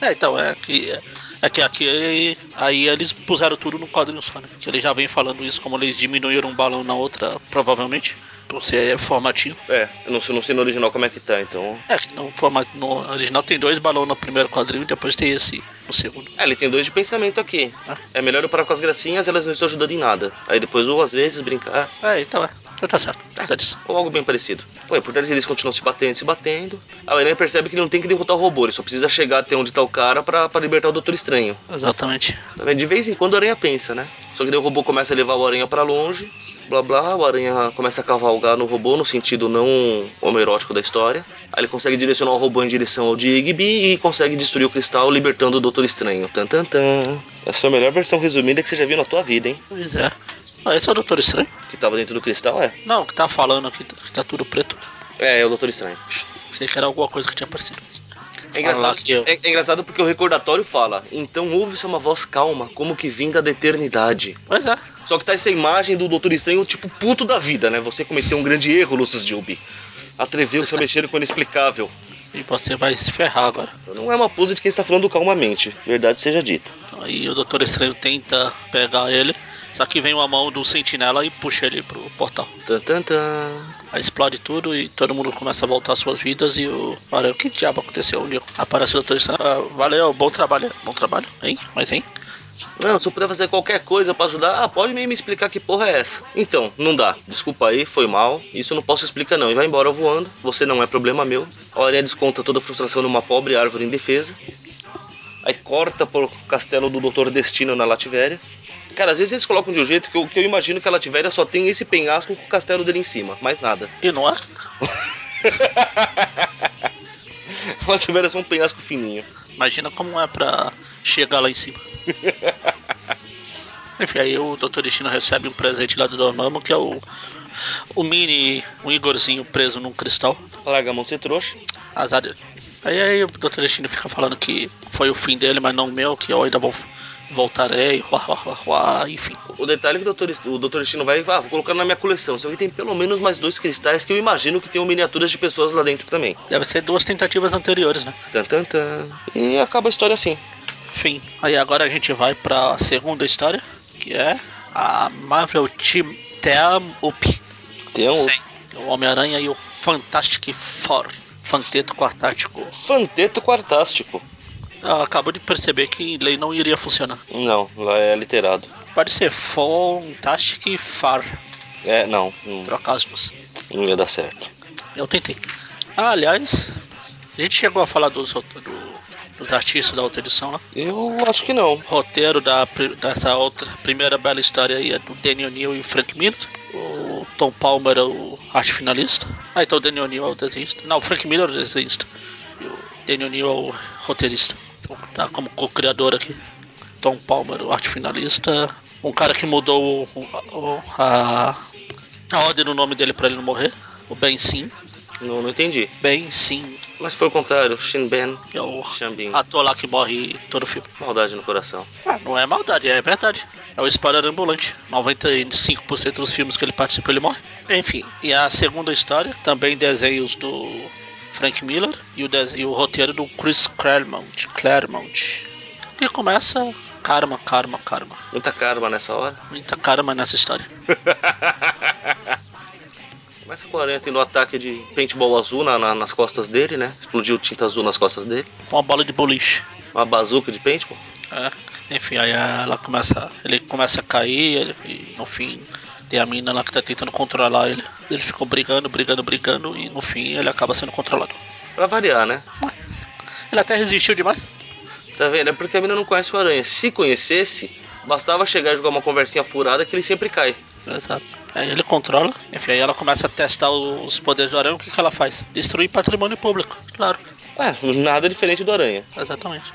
[SPEAKER 1] É, então, é que, é que aqui aí eles puseram tudo no quadrinho só, né? Que ele já vem falando isso, como eles diminuíram um balão na outra, provavelmente, por ser formatinho.
[SPEAKER 2] É, eu não, sei- não sei no original como é que tá, então.
[SPEAKER 1] É, que no, forma, no original tem dois balões no primeiro quadrinho e depois tem esse no segundo.
[SPEAKER 2] É, ele tem dois de pensamento aqui.
[SPEAKER 1] Ah.
[SPEAKER 2] É melhor eu parar com as gracinhas, elas não estão ajudando em nada. Aí depois, ou às vezes, brincar,
[SPEAKER 1] É, então é. Então tá certo. Nada disso.
[SPEAKER 2] ou algo bem parecido. Bom, e por trás eles continuam se batendo, se batendo. A Aranha percebe que ele não tem que derrotar o robô, ele só precisa chegar até onde tá o cara pra, pra libertar o Doutor Estranho.
[SPEAKER 1] Exatamente.
[SPEAKER 2] Tá vendo? De vez em quando a aranha pensa, né? Só que daí o robô começa a levar o aranha pra longe, blá blá, o aranha começa a cavalgar no robô no sentido não homoerótico da história. Aí ele consegue direcionar o robô em direção ao Digby e consegue destruir o cristal, libertando o Doutor Estranho. Tan tan tan. Essa foi a melhor versão resumida que você já viu na tua vida, hein?
[SPEAKER 1] Pois é. Ah, esse é o Doutor Estranho?
[SPEAKER 2] Que tava dentro do cristal, é?
[SPEAKER 1] Não, o que tá falando aqui, que tá tudo preto.
[SPEAKER 2] É, é o Doutor Estranho.
[SPEAKER 1] Achei que era alguma coisa que tinha aparecido.
[SPEAKER 2] É
[SPEAKER 1] Fala
[SPEAKER 2] engraçado,
[SPEAKER 1] que eu-
[SPEAKER 2] é- é engraçado porque o recordatório fala: então ouve-se uma voz calma, como que vinda da eternidade.
[SPEAKER 1] Pois é.
[SPEAKER 2] Só que tá essa imagem do Doutor Estranho, tipo, puto da vida, né? Você cometeu um grande erro, Lucius Dilby. Atreveu-se a mexer com o inexplicável.
[SPEAKER 1] E você vai se ferrar agora.
[SPEAKER 2] Não é uma pose de quem está falando calmamente, verdade seja dita.
[SPEAKER 1] Então, Aí o Doutor Estranho tenta pegar ele, só que vem uma mão do sentinela e puxa ele pro portal.
[SPEAKER 2] Tan, tan, tan.
[SPEAKER 1] Aí explode tudo e todo mundo começa a voltar às suas vidas e o. Olha, o que diabo aconteceu? Onde aparece o Doutor Estranho? Ah, valeu, bom trabalho. Bom trabalho, hein? Mas hein?
[SPEAKER 2] Não, se eu puder fazer qualquer coisa pra ajudar, ah, pode me me explicar que porra é essa. Então, não dá. Desculpa aí, foi mal. Isso eu não posso explicar não. E vai embora voando, você não é problema meu. A Aurélia desconta toda a frustração numa pobre árvore indefesa. Aí corta pro castelo do Doutor Destino na Lativéria. Cara, às vezes eles colocam de um jeito que eu, que eu imagino que a Lativéria só tem esse penhasco com o castelo dele em cima, mais nada.
[SPEAKER 1] E não é?
[SPEAKER 2] A Lativéria é só um penhasco fininho.
[SPEAKER 1] Imagina como é pra chegar lá em cima. Enfim, aí o Doutor Destino recebe um presente lá do Dormammu, que é o. O mini. Um Igorzinho preso num cristal.
[SPEAKER 2] Larga a mão de ser trouxa.
[SPEAKER 1] Azar dele. Aí, aí o Dr. Destino fica falando que foi o fim dele, mas não o meu, que eu ainda vou voltarei, uá, uá, uá, uá, enfim.
[SPEAKER 2] O detalhe é que o doutor, o doutor Destino vai, ah, vou colocar na minha coleção. Só que tem pelo menos mais dois cristais que eu imagino que tenham miniaturas de pessoas lá dentro também.
[SPEAKER 1] Deve ser duas tentativas anteriores, né?
[SPEAKER 2] Tan, tan, tan. E acaba a história assim.
[SPEAKER 1] Fim. Aí agora a gente vai pra segunda história, que é a Marvel Team Team Up.
[SPEAKER 2] Tem um
[SPEAKER 1] Sim. O Homem-Aranha e o Fantastic Four. Fanteto Quartático.
[SPEAKER 2] fanteto quartástico.
[SPEAKER 1] Eu acabo de perceber que em lei não iria funcionar.
[SPEAKER 2] Não, lá é literado.
[SPEAKER 1] Pode ser Fantastic Far.
[SPEAKER 2] É, não, não,
[SPEAKER 1] Trocar as duas.
[SPEAKER 2] não ia dar certo.
[SPEAKER 1] Eu tentei. Ah, aliás, a gente chegou a falar dos, rot- do- dos artistas da outra edição né? lá.
[SPEAKER 2] Eu acho que não.
[SPEAKER 1] Roteiro da, pri- dessa outra primeira bela história aí é do Daniel Neal e o Frank Miller. O Tom Palmer é o arte finalista. Ah, então o Daniel Neal é o desenhista. Não, o Frank Miller é o desenhista. E o Daniel Neal é o roteirista. Então, tá como co-criador aqui. Tom Palmer, o arte finalista. Um cara que mudou o- o- a, a ordem do nome dele pra ele não morrer. O Ben Sim.
[SPEAKER 2] Não, não entendi.
[SPEAKER 1] Ben Sim,
[SPEAKER 2] Mas foi o contrário. Shin Ben,
[SPEAKER 1] que é o
[SPEAKER 2] Xambin.
[SPEAKER 1] ator lá que morre todo o filme.
[SPEAKER 2] Maldade no coração.
[SPEAKER 1] Ah, não é maldade, é verdade. É o spoiler ambulante. 95% dos filmes que ele participa, ele morre. Enfim, e a segunda história, também desenhos do Frank Miller e o, dese- e o roteiro do Chris Claremont. Claremont. E começa karma, karma, karma.
[SPEAKER 2] Muita karma nessa hora.
[SPEAKER 1] Muita karma nessa história.
[SPEAKER 2] Começa com o Aranha tendo um ataque de paintball azul na- na- nas costas dele, né? Explodiu tinta azul nas costas dele.
[SPEAKER 1] Uma bola de boliche.
[SPEAKER 2] Uma bazuca de paintball.
[SPEAKER 1] É. Enfim, aí ela começa, ele começa a cair e no fim tem a mina lá que tá tentando controlar ele. Ele ficou brigando, brigando, brigando e no fim ele acaba sendo controlado.
[SPEAKER 2] Pra variar, né?
[SPEAKER 1] Ele até resistiu demais.
[SPEAKER 2] Tá vendo? É porque a mina não conhece o Aranha. Se conhecesse, bastava chegar e jogar uma conversinha furada que ele sempre cai.
[SPEAKER 1] Exato. Aí ele controla, enfim, aí ela começa a testar os poderes do aranha, o que, que ela faz? Destruir patrimônio público, claro,
[SPEAKER 2] É, nada diferente do Aranha.
[SPEAKER 1] exatamente.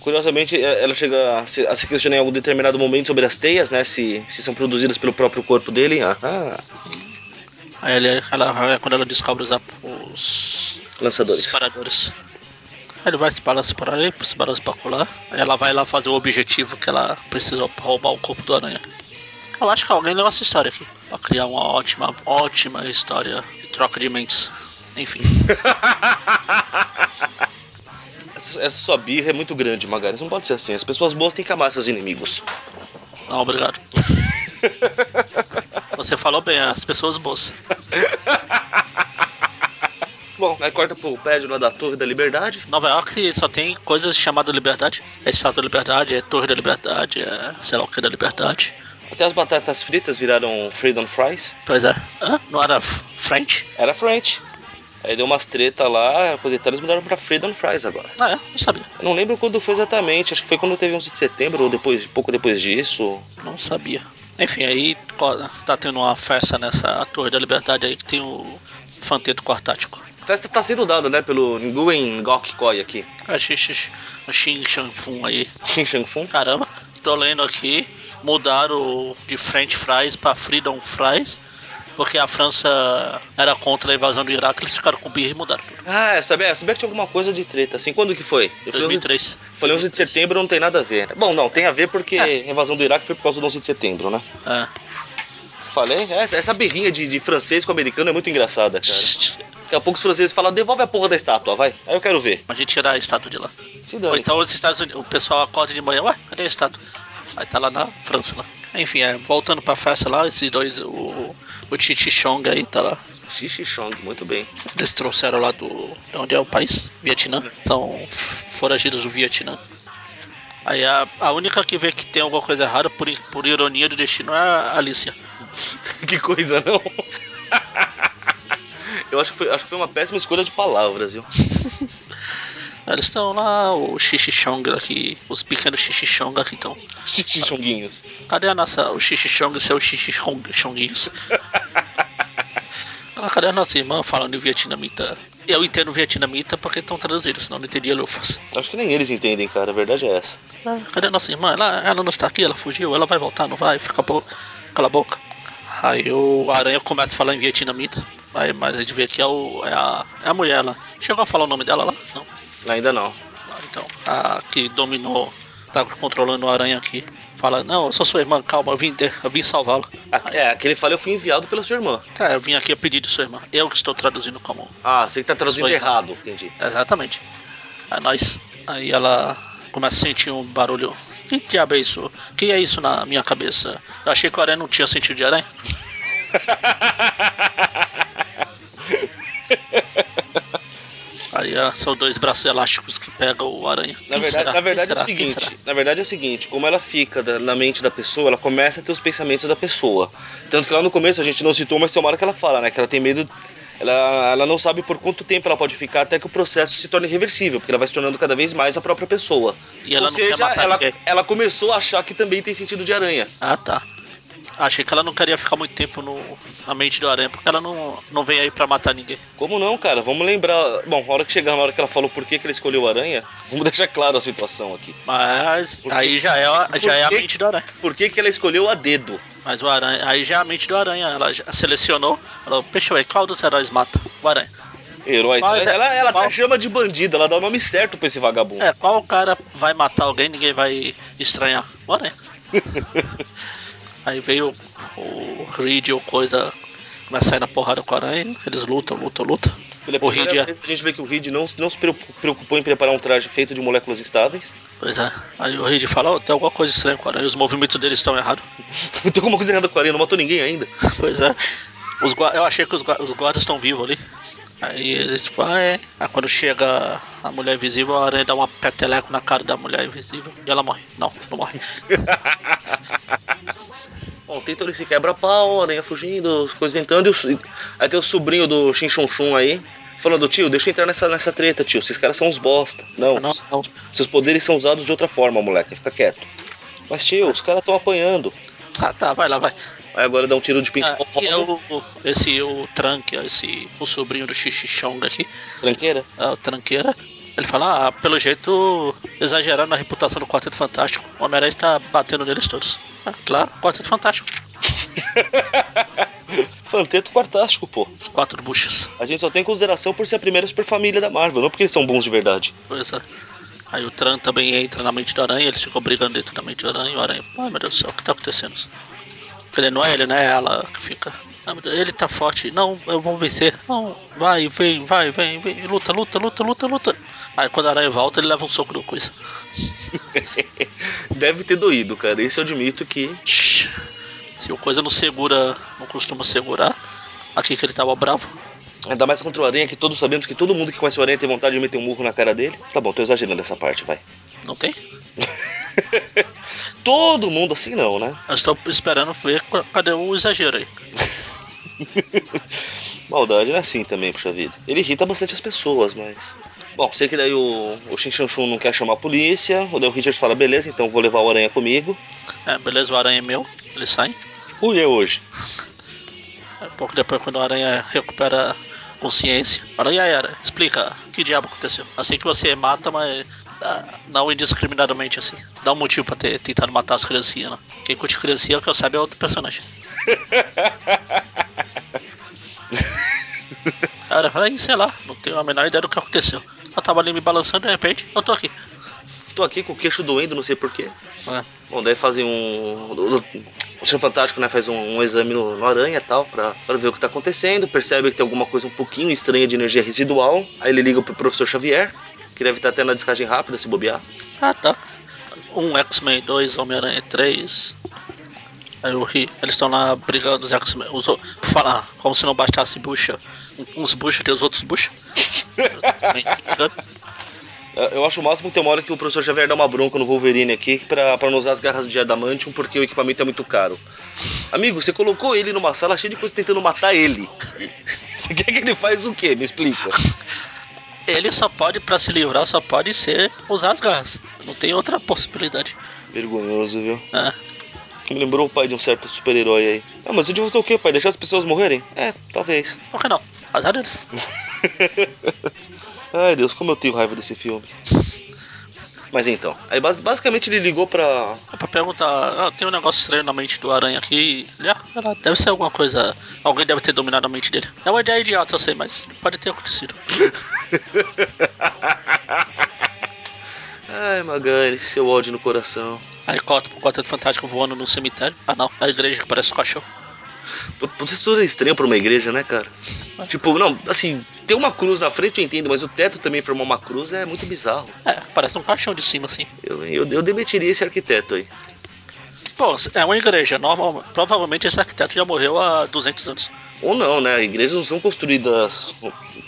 [SPEAKER 2] Curiosamente, é- ela chega a se, a se questionar em algum determinado momento sobre as teias, né? Se, se são produzidas pelo próprio corpo dele. Ah, Aham.
[SPEAKER 1] Aí ele, ela, é quando ela descobre os, ap- os
[SPEAKER 2] Lançadores.
[SPEAKER 1] disparadores. Aí Ele vai se balançar para ali, se balança para colar. Aí ela vai lá fazer o objetivo que ela precisa pra roubar o corpo do aranha. Eu acho que alguém leu essa história aqui. Pra criar uma ótima, ótima história de troca de mentes. Enfim.
[SPEAKER 2] Essa, essa sua birra é muito grande, Magari. Isso não pode ser assim. As pessoas boas têm que amar seus inimigos.
[SPEAKER 1] Não, Ah, obrigado. Você falou bem, as pessoas boas.
[SPEAKER 2] Bom, aí corta pro prédio lá da Torre da Liberdade.
[SPEAKER 1] Nova York só tem coisas chamadas liberdade. É Estátua da Liberdade, é Torre da Liberdade, é sei lá o que da Liberdade.
[SPEAKER 2] Até as batatas fritas viraram Freedom Fries.
[SPEAKER 1] Pois é. Hã? Não era f- French?
[SPEAKER 2] Era French. Aí deu umas treta lá, coisa e tal, eles mudaram pra Freedom Fries agora.
[SPEAKER 1] Ah, é? Não sabia.
[SPEAKER 2] Eu não lembro quando foi exatamente, acho que foi quando teve 11 de setembro ou depois, pouco depois disso.
[SPEAKER 1] Não sabia. Enfim, aí co- tá tendo uma festa nessa Torre da Liberdade aí que tem o Fanteto Quartático.
[SPEAKER 2] A festa tá sendo dada, né, pelo Nguyen Gok Koi aqui.
[SPEAKER 1] É xi- xi- xi- o Xin Shan Fun aí.
[SPEAKER 2] Xin Shang Fun.
[SPEAKER 1] Caramba, tô lendo aqui, mudaram de French Fries pra Freedom Fries, porque a França era contra a invasão do Iraque, eles ficaram com birra e mudaram tudo.
[SPEAKER 2] Ah, eu sabia, eu sabia que tinha alguma coisa de treta, assim, quando que foi? Eu falei 11 de-
[SPEAKER 1] 2003.
[SPEAKER 2] Falei 11 de setembro, não tem nada a ver. né? Bom, não, tem a ver porque a invasão do Iraque foi por causa do 11 de setembro, né?
[SPEAKER 1] É.
[SPEAKER 2] Falei? é, Essa, essa birrinha de, de francês com americano é muito engraçada, cara. Daqui a pouco os franceses falam, devolve a porra da estátua, vai. Aí eu quero ver.
[SPEAKER 1] A gente tirar a estátua de lá.
[SPEAKER 2] Se
[SPEAKER 1] Ou
[SPEAKER 2] dane.
[SPEAKER 1] então os Estados Unidos, o pessoal acorda de manhã, ué, cadê a estátua? Aí tá lá na França lá. Enfim, é, voltando pra festa lá, esses dois, o, o Chichi Chong aí tá lá.
[SPEAKER 2] Xixi Chong, muito bem.
[SPEAKER 1] Eles trouxeram lá do. De onde é o país? Vietnã. São f- foragidos do Vietnã. Aí a, a única que vê que tem alguma coisa errada, por, i- por ironia do destino, é a Alicia.
[SPEAKER 2] que coisa, não? Eu acho que, foi, acho que foi uma péssima escolha de palavras, viu?
[SPEAKER 1] Eles estão lá, o Xixichong aqui, os pequenos Xixichong aqui estão.
[SPEAKER 2] Xixixonguinhos.
[SPEAKER 1] Cadê a nossa. O Xixichong e seu Xixichonguinhos? Ah, Cadê a nossa irmã falando em vietnamita? Eu entendo vietnamita porque estão traduzidos, senão eu não entendia lufas.
[SPEAKER 2] Acho que nem eles entendem, cara. A verdade é essa.
[SPEAKER 1] Ah, Cadê a nossa irmã? Ela, ela não está aqui, ela fugiu, ela vai voltar, não vai? Fica bo... Cala a boca. Aí o Aranha começa a falar em vietnamita. Aí, mas a gente vê que é, o, é, a, é a mulher lá. Chegou a falar o nome dela lá? Não.
[SPEAKER 2] Ainda não.
[SPEAKER 1] Ah, Então, a que dominou, tá controlando o Aranha aqui. Fala, não, eu sou sua irmã, calma, eu vim, de- eu vim salvá-la.
[SPEAKER 2] A- É, aquele fala eu fui enviado pela sua irmã.
[SPEAKER 1] Ah, eu vim aqui a pedido de sua irmã. Eu que estou traduzindo como.
[SPEAKER 2] Ah, você que tá traduzindo
[SPEAKER 1] Sua irmã.
[SPEAKER 2] errado. Entendi.
[SPEAKER 1] Exatamente. É nós. Aí ela começa a sentir um barulho. Que diabo é isso? Que é isso na minha cabeça? Eu achei que o aranha não tinha sentido de aranha. Aí ah, são dois braços elásticos que pegam o aranha.
[SPEAKER 2] Na
[SPEAKER 1] Quem
[SPEAKER 2] verdade,
[SPEAKER 1] será?
[SPEAKER 2] na
[SPEAKER 1] Quem
[SPEAKER 2] verdade é o
[SPEAKER 1] será? Quem será?
[SPEAKER 2] seguinte, na verdade é o seguinte, como ela fica da- na mente da pessoa, ela começa a ter os pensamentos da pessoa. Tanto que lá no começo a gente não citou, mas tem uma hora que ela fala, né, que ela tem medo, Ela, ela não sabe por quanto tempo ela pode ficar até que o processo se torne irreversível, porque ela vai se tornando cada vez mais a própria pessoa.
[SPEAKER 1] E ela
[SPEAKER 2] Ou
[SPEAKER 1] não quer
[SPEAKER 2] seja,
[SPEAKER 1] matar
[SPEAKER 2] ela,
[SPEAKER 1] ninguém.
[SPEAKER 2] ela começou a achar que também tem sentido de aranha.
[SPEAKER 1] Ah, tá. Achei que ela não queria ficar muito tempo no, na mente do aranha, porque ela não, não vem aí pra matar ninguém.
[SPEAKER 2] Como não, cara? Vamos lembrar. Bom, a hora que chegar, na hora que ela falou por que, que ela escolheu a aranha, vamos deixar claro a situação aqui.
[SPEAKER 1] Mas
[SPEAKER 2] Por
[SPEAKER 1] aí
[SPEAKER 2] quê?
[SPEAKER 1] já é, a-
[SPEAKER 2] Por
[SPEAKER 1] já é a
[SPEAKER 2] quê?
[SPEAKER 1] mente do aranha.
[SPEAKER 2] Por que, que ela escolheu a dedo?
[SPEAKER 1] Mas o aranha, aí já é a mente do aranha. Ela já selecionou, falou, fechou aí, qual dos heróis mata? O aranha.
[SPEAKER 2] Herói.
[SPEAKER 1] Mas é-
[SPEAKER 2] né? ela ela até
[SPEAKER 1] mal-
[SPEAKER 2] chama de bandido, ela dá o nome certo pra esse vagabundo.
[SPEAKER 1] É, qual cara vai matar alguém, ninguém vai estranhar? O aranha. aí veio o Reed ou coisa, começa a sair na porrada com o aranha, eles lutam, lutam, lutam.
[SPEAKER 2] Pela
[SPEAKER 1] O Reed
[SPEAKER 2] primeira
[SPEAKER 1] é.
[SPEAKER 2] vez a gente vê que o Reed não, não se preocu- preocupou em preparar um traje feito de moléculas estáveis.
[SPEAKER 1] Pois é, aí o Reed fala, ó, tem alguma coisa estranha com o aranha, os movimentos deles estão errados.
[SPEAKER 2] Tem alguma coisa errada com a aranha, não matou ninguém ainda.
[SPEAKER 1] Pois é. Os gua- eu achei que os, gua- os guardas estão vivos ali. Aí eles falam, ah, é. Aí quando chega a mulher invisível, a aranha dá uma peteleco na cara da mulher invisível e ela morre. Não, não morre.
[SPEAKER 2] Bom, tem todo esse quebra-pau, aranha fugindo, as coisas entrando. E o, so- aí tem o sobrinho do Shin Chun Chun aí, falando: tio, deixa eu entrar nessa, nessa treta, tio. Esses caras são uns bosta. Ah, Não,
[SPEAKER 1] Não, não.
[SPEAKER 2] seus poderes são usados de outra forma, moleque, fica quieto. Mas, tio, os caras estão apanhando.
[SPEAKER 1] Ah, tá, vai lá, vai.
[SPEAKER 2] Aí agora dá um tiro de
[SPEAKER 1] Ah,
[SPEAKER 2] pincel
[SPEAKER 1] e é
[SPEAKER 2] rosa,
[SPEAKER 1] o, o- esse, o Tranque, esse, o sobrinho do Xixichong aqui,
[SPEAKER 2] tranqueira.
[SPEAKER 1] é o Tranqueira. Ele fala, ah, pelo jeito, exagerando na reputação do Quarteto Fantástico. O Homem-Aranha está batendo neles todos. Ah, claro, Quarteto Fantástico.
[SPEAKER 2] Fanteto quartástico, um pô.
[SPEAKER 1] Os quatro buchas.
[SPEAKER 2] A gente só tem consideração por ser a primeira superfamília da Marvel, não porque eles são bons de verdade.
[SPEAKER 1] Pois é. Aí o Tran também entra na mente do Aranha, eles ficam brigando dentro da mente do Aranha e o Aranha. Ai meu Deus do céu, o que tá acontecendo? Porque ele não é ele, né? Ela que fica. "Ai, meu Deus, Ele tá forte, não, eu vou vencer. Não, vai, vem, vai, vem, vem, luta, luta, luta, luta, luta. Aí quando o aranha volta, ele leva um soco no coisa.
[SPEAKER 2] Deve ter doído, cara. Esse eu admito que.
[SPEAKER 1] Se o coisa não segura, não costuma segurar, aqui que ele tava bravo.
[SPEAKER 2] Ainda mais contra o Aranha, que todos sabemos que todo mundo que conhece o Aranha tem vontade de meter um murro na cara dele. Tá bom, tô exagerando essa parte, vai.
[SPEAKER 1] Não tem?
[SPEAKER 2] Todo mundo assim não, né?
[SPEAKER 1] Eu estou esperando ver qu- cadê o exagero aí.
[SPEAKER 2] Maldade não é assim também, puxa vida. Ele irrita bastante as pessoas, mas. Bom, sei que daí o, o Shin Shan Shun não quer chamar a polícia. O Del Richard fala, beleza, então vou levar o Aranha comigo.
[SPEAKER 1] É, beleza, o aranha é meu, ele sai.
[SPEAKER 2] Ui, é hoje.
[SPEAKER 1] Um pouco depois, quando a aranha recupera a consciência, fala: E aí, aranha, explica que diabo aconteceu. Assim que você mata, mas ah, não indiscriminadamente assim. Dá um motivo pra ter tentado matar as criancinhas. Né? Quem curte criancinha, que eu saiba, é outro personagem. a aranha fala: "Ih, sei lá, não tenho a menor ideia do que aconteceu. Eu tava ali me balançando, de repente, eu tô aqui.
[SPEAKER 2] Tô aqui com o queixo doendo, não sei porquê.
[SPEAKER 1] É.
[SPEAKER 2] Bom, daí fazem um. o- o- O Senhor Fantástico né, faz um, um exame no, no aranha e tal, pra, pra ver o que tá acontecendo. Percebe que tem alguma coisa um pouquinho estranha de energia residual. Aí ele liga pro professor Xavier, que deve tá estar até na descagem rápida se bobear.
[SPEAKER 1] Ah, tá. Um X-Men, dois Homem-Aranha, três. Aí eu ri. Eles estão lá brigando, os X-Men. Os... o- Fala, como se não bastasse bucha. Um- Uns bucha tem os outros bucha.
[SPEAKER 2] Eu- Eu acho o máximo que tem uma hora que o professor Xavier dá uma bronca no Wolverine aqui pra, pra não usar as garras de Adamantium porque o equipamento é muito caro. Amigo, você colocou ele numa sala cheia de coisa tentando matar ele. Você quer que ele faz o quê? Me explica.
[SPEAKER 1] Ele só pode, pra se livrar, só pode ser usar as garras. Não tem outra possibilidade.
[SPEAKER 2] Vergonhoso, viu?
[SPEAKER 1] É.
[SPEAKER 2] Me lembrou o pai de um certo super-herói aí. Ah, mas eu devia fazer o quê, pai? Deixar as pessoas morrerem? É, talvez.
[SPEAKER 1] Por que não? Azar deles.
[SPEAKER 2] Ai, Deus, como eu tenho raiva desse filme. Mas então, aí bas- basicamente ele ligou pra.
[SPEAKER 1] É pra perguntar, ah, tem um negócio estranho na mente do aranha aqui. Ele, ah, sei lá, deve ser alguma coisa. Alguém deve ter dominado a mente dele. É uma ideia idiota, eu sei, mas pode ter acontecido.
[SPEAKER 2] Ai, Magari, seu ódio no coração.
[SPEAKER 1] Aí corta pro Quarteto Fantástico voando no cemitério. Ah não, a igreja que parece um cachorro.
[SPEAKER 2] Pô, Isso tudo é estranho pra uma igreja, né, cara? Tipo, não, assim, ter uma cruz na frente eu entendo, mas o teto também formar uma cruz é muito bizarro.
[SPEAKER 1] É, parece um caixão de cima assim.
[SPEAKER 2] Eu, eu, eu demitiria esse arquiteto aí.
[SPEAKER 1] Pô, é uma igreja, normal. Provavelmente esse arquiteto já morreu há 200 anos.
[SPEAKER 2] Ou não, né? Igrejas não são construídas.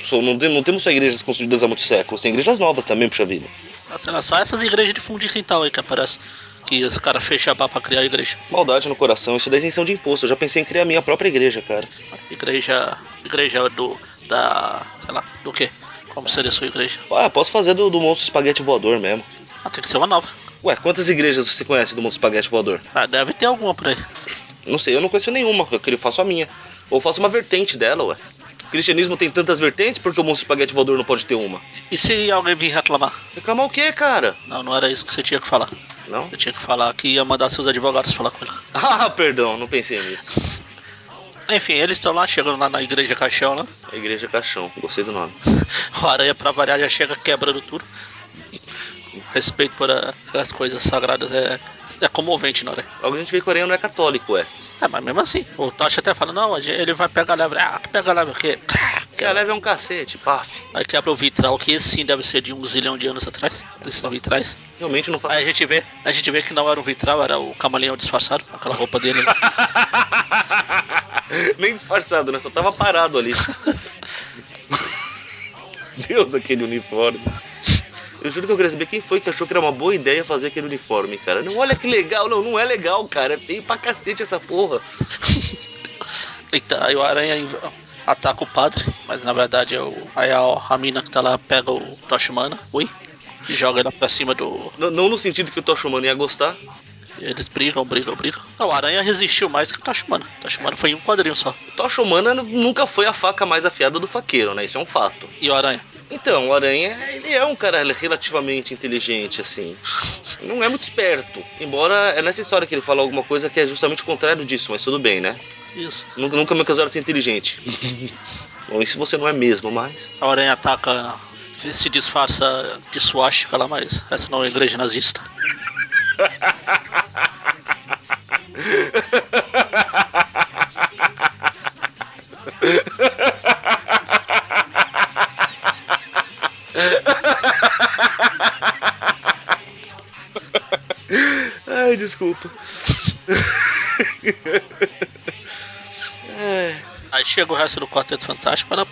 [SPEAKER 2] são- Não, tem- não temos só igrejas construídas há muitos séculos, tem igrejas novas também, puxa vida.
[SPEAKER 1] Ah, Sei lá, só essas igrejas de fundo de quintal aí que aparece. Que os caras fecham a barra pra criar a igreja.
[SPEAKER 2] Maldade no é coração, isso dá isenção de imposto. Eu já pensei em criar minha própria igreja, cara.
[SPEAKER 1] Igreja. Igreja do da. sei lá, do que? Como seria a sua igreja?
[SPEAKER 2] Ah, posso fazer do, do monstro espaguete voador mesmo.
[SPEAKER 1] Ah, tem que ser uma nova.
[SPEAKER 2] Ué, quantas igrejas você conhece do monstro espaguete voador?
[SPEAKER 1] Ah, deve ter alguma por aí.
[SPEAKER 2] Não sei, eu não conheço nenhuma, eu queria- faço a minha. Ou faço uma vertente dela, ué. O cristianismo tem tantas vertentes, porque o monstro espaguete voador não pode ter uma?
[SPEAKER 1] E se alguém vir reclamar?
[SPEAKER 2] Reclamar o quê, cara?
[SPEAKER 1] Não, não era isso que você tinha que falar.
[SPEAKER 2] Não?
[SPEAKER 1] Você tinha que falar que ia mandar seus advogados falar com ele.
[SPEAKER 2] Ah, perdão, não pensei nisso.
[SPEAKER 1] Enfim, eles estão lá, chegando lá na igreja caixão, né?
[SPEAKER 2] A Igreja é Caixão, gostei do nome.
[SPEAKER 1] O aranha pra variar já chega quebrando tudo. Respeito por ah, as coisas sagradas é, é comovente, não é?
[SPEAKER 2] Logo a gente vê que o Aranha não é católico, ué.
[SPEAKER 1] É, mas mesmo assim, o Tocha até fala, não, ele vai pegar leve. Ah, que pega leve o quê?
[SPEAKER 2] Que a leve é um cacete, paf.
[SPEAKER 1] Aí quebra o vitral, que esse sim deve ser de um zilhão de anos atrás. Esses vitrais.
[SPEAKER 2] Realmente não faço.
[SPEAKER 1] Aí a gente vê, a gente vê que não era um vitral, era o camaleão disfarçado, aquela roupa dele. né?
[SPEAKER 2] Nem disfarçado, né? Só tava parado ali. Deus, aquele uniforme. Eu juro que eu queria saber quem foi que achou que era uma boa ideia fazer aquele uniforme, cara. Não, olha que legal, não, não é legal, cara. É feio pra cacete essa porra.
[SPEAKER 1] Eita, aí o aranha inv- ataca o padre, mas na verdade é o. Aí a, a mina que tá lá pega o Tocha Humana, ui, e joga ela pra cima do.
[SPEAKER 2] N- não no sentido que o Tocha Humana ia gostar.
[SPEAKER 1] Eles brigam, brigam, brigam. Não, o aranha resistiu mais do que o Tocha Humana. O Tocha Humana foi em um quadrinho só.
[SPEAKER 2] O Tocha Humana n- nunca foi a faca mais afiada do faqueiro, né? Isso é um fato.
[SPEAKER 1] E o aranha?
[SPEAKER 2] Então, o Aranha, ele é um cara relativamente inteligente, assim. Não é muito esperto. Embora é nessa história que ele fala alguma coisa que é justamente o contrário disso, mas tudo bem, né?
[SPEAKER 1] Isso.
[SPEAKER 2] Nunca, nunca me acusaram de ser inteligente. Bom, isso você não é mesmo, mas.
[SPEAKER 1] A aranha ataca, se disfarça de suástica lá, mas essa não é igreja nazista.
[SPEAKER 2] Ai, desculpa. É.
[SPEAKER 1] Aí chega o resto do Quarteto Fantástico, ela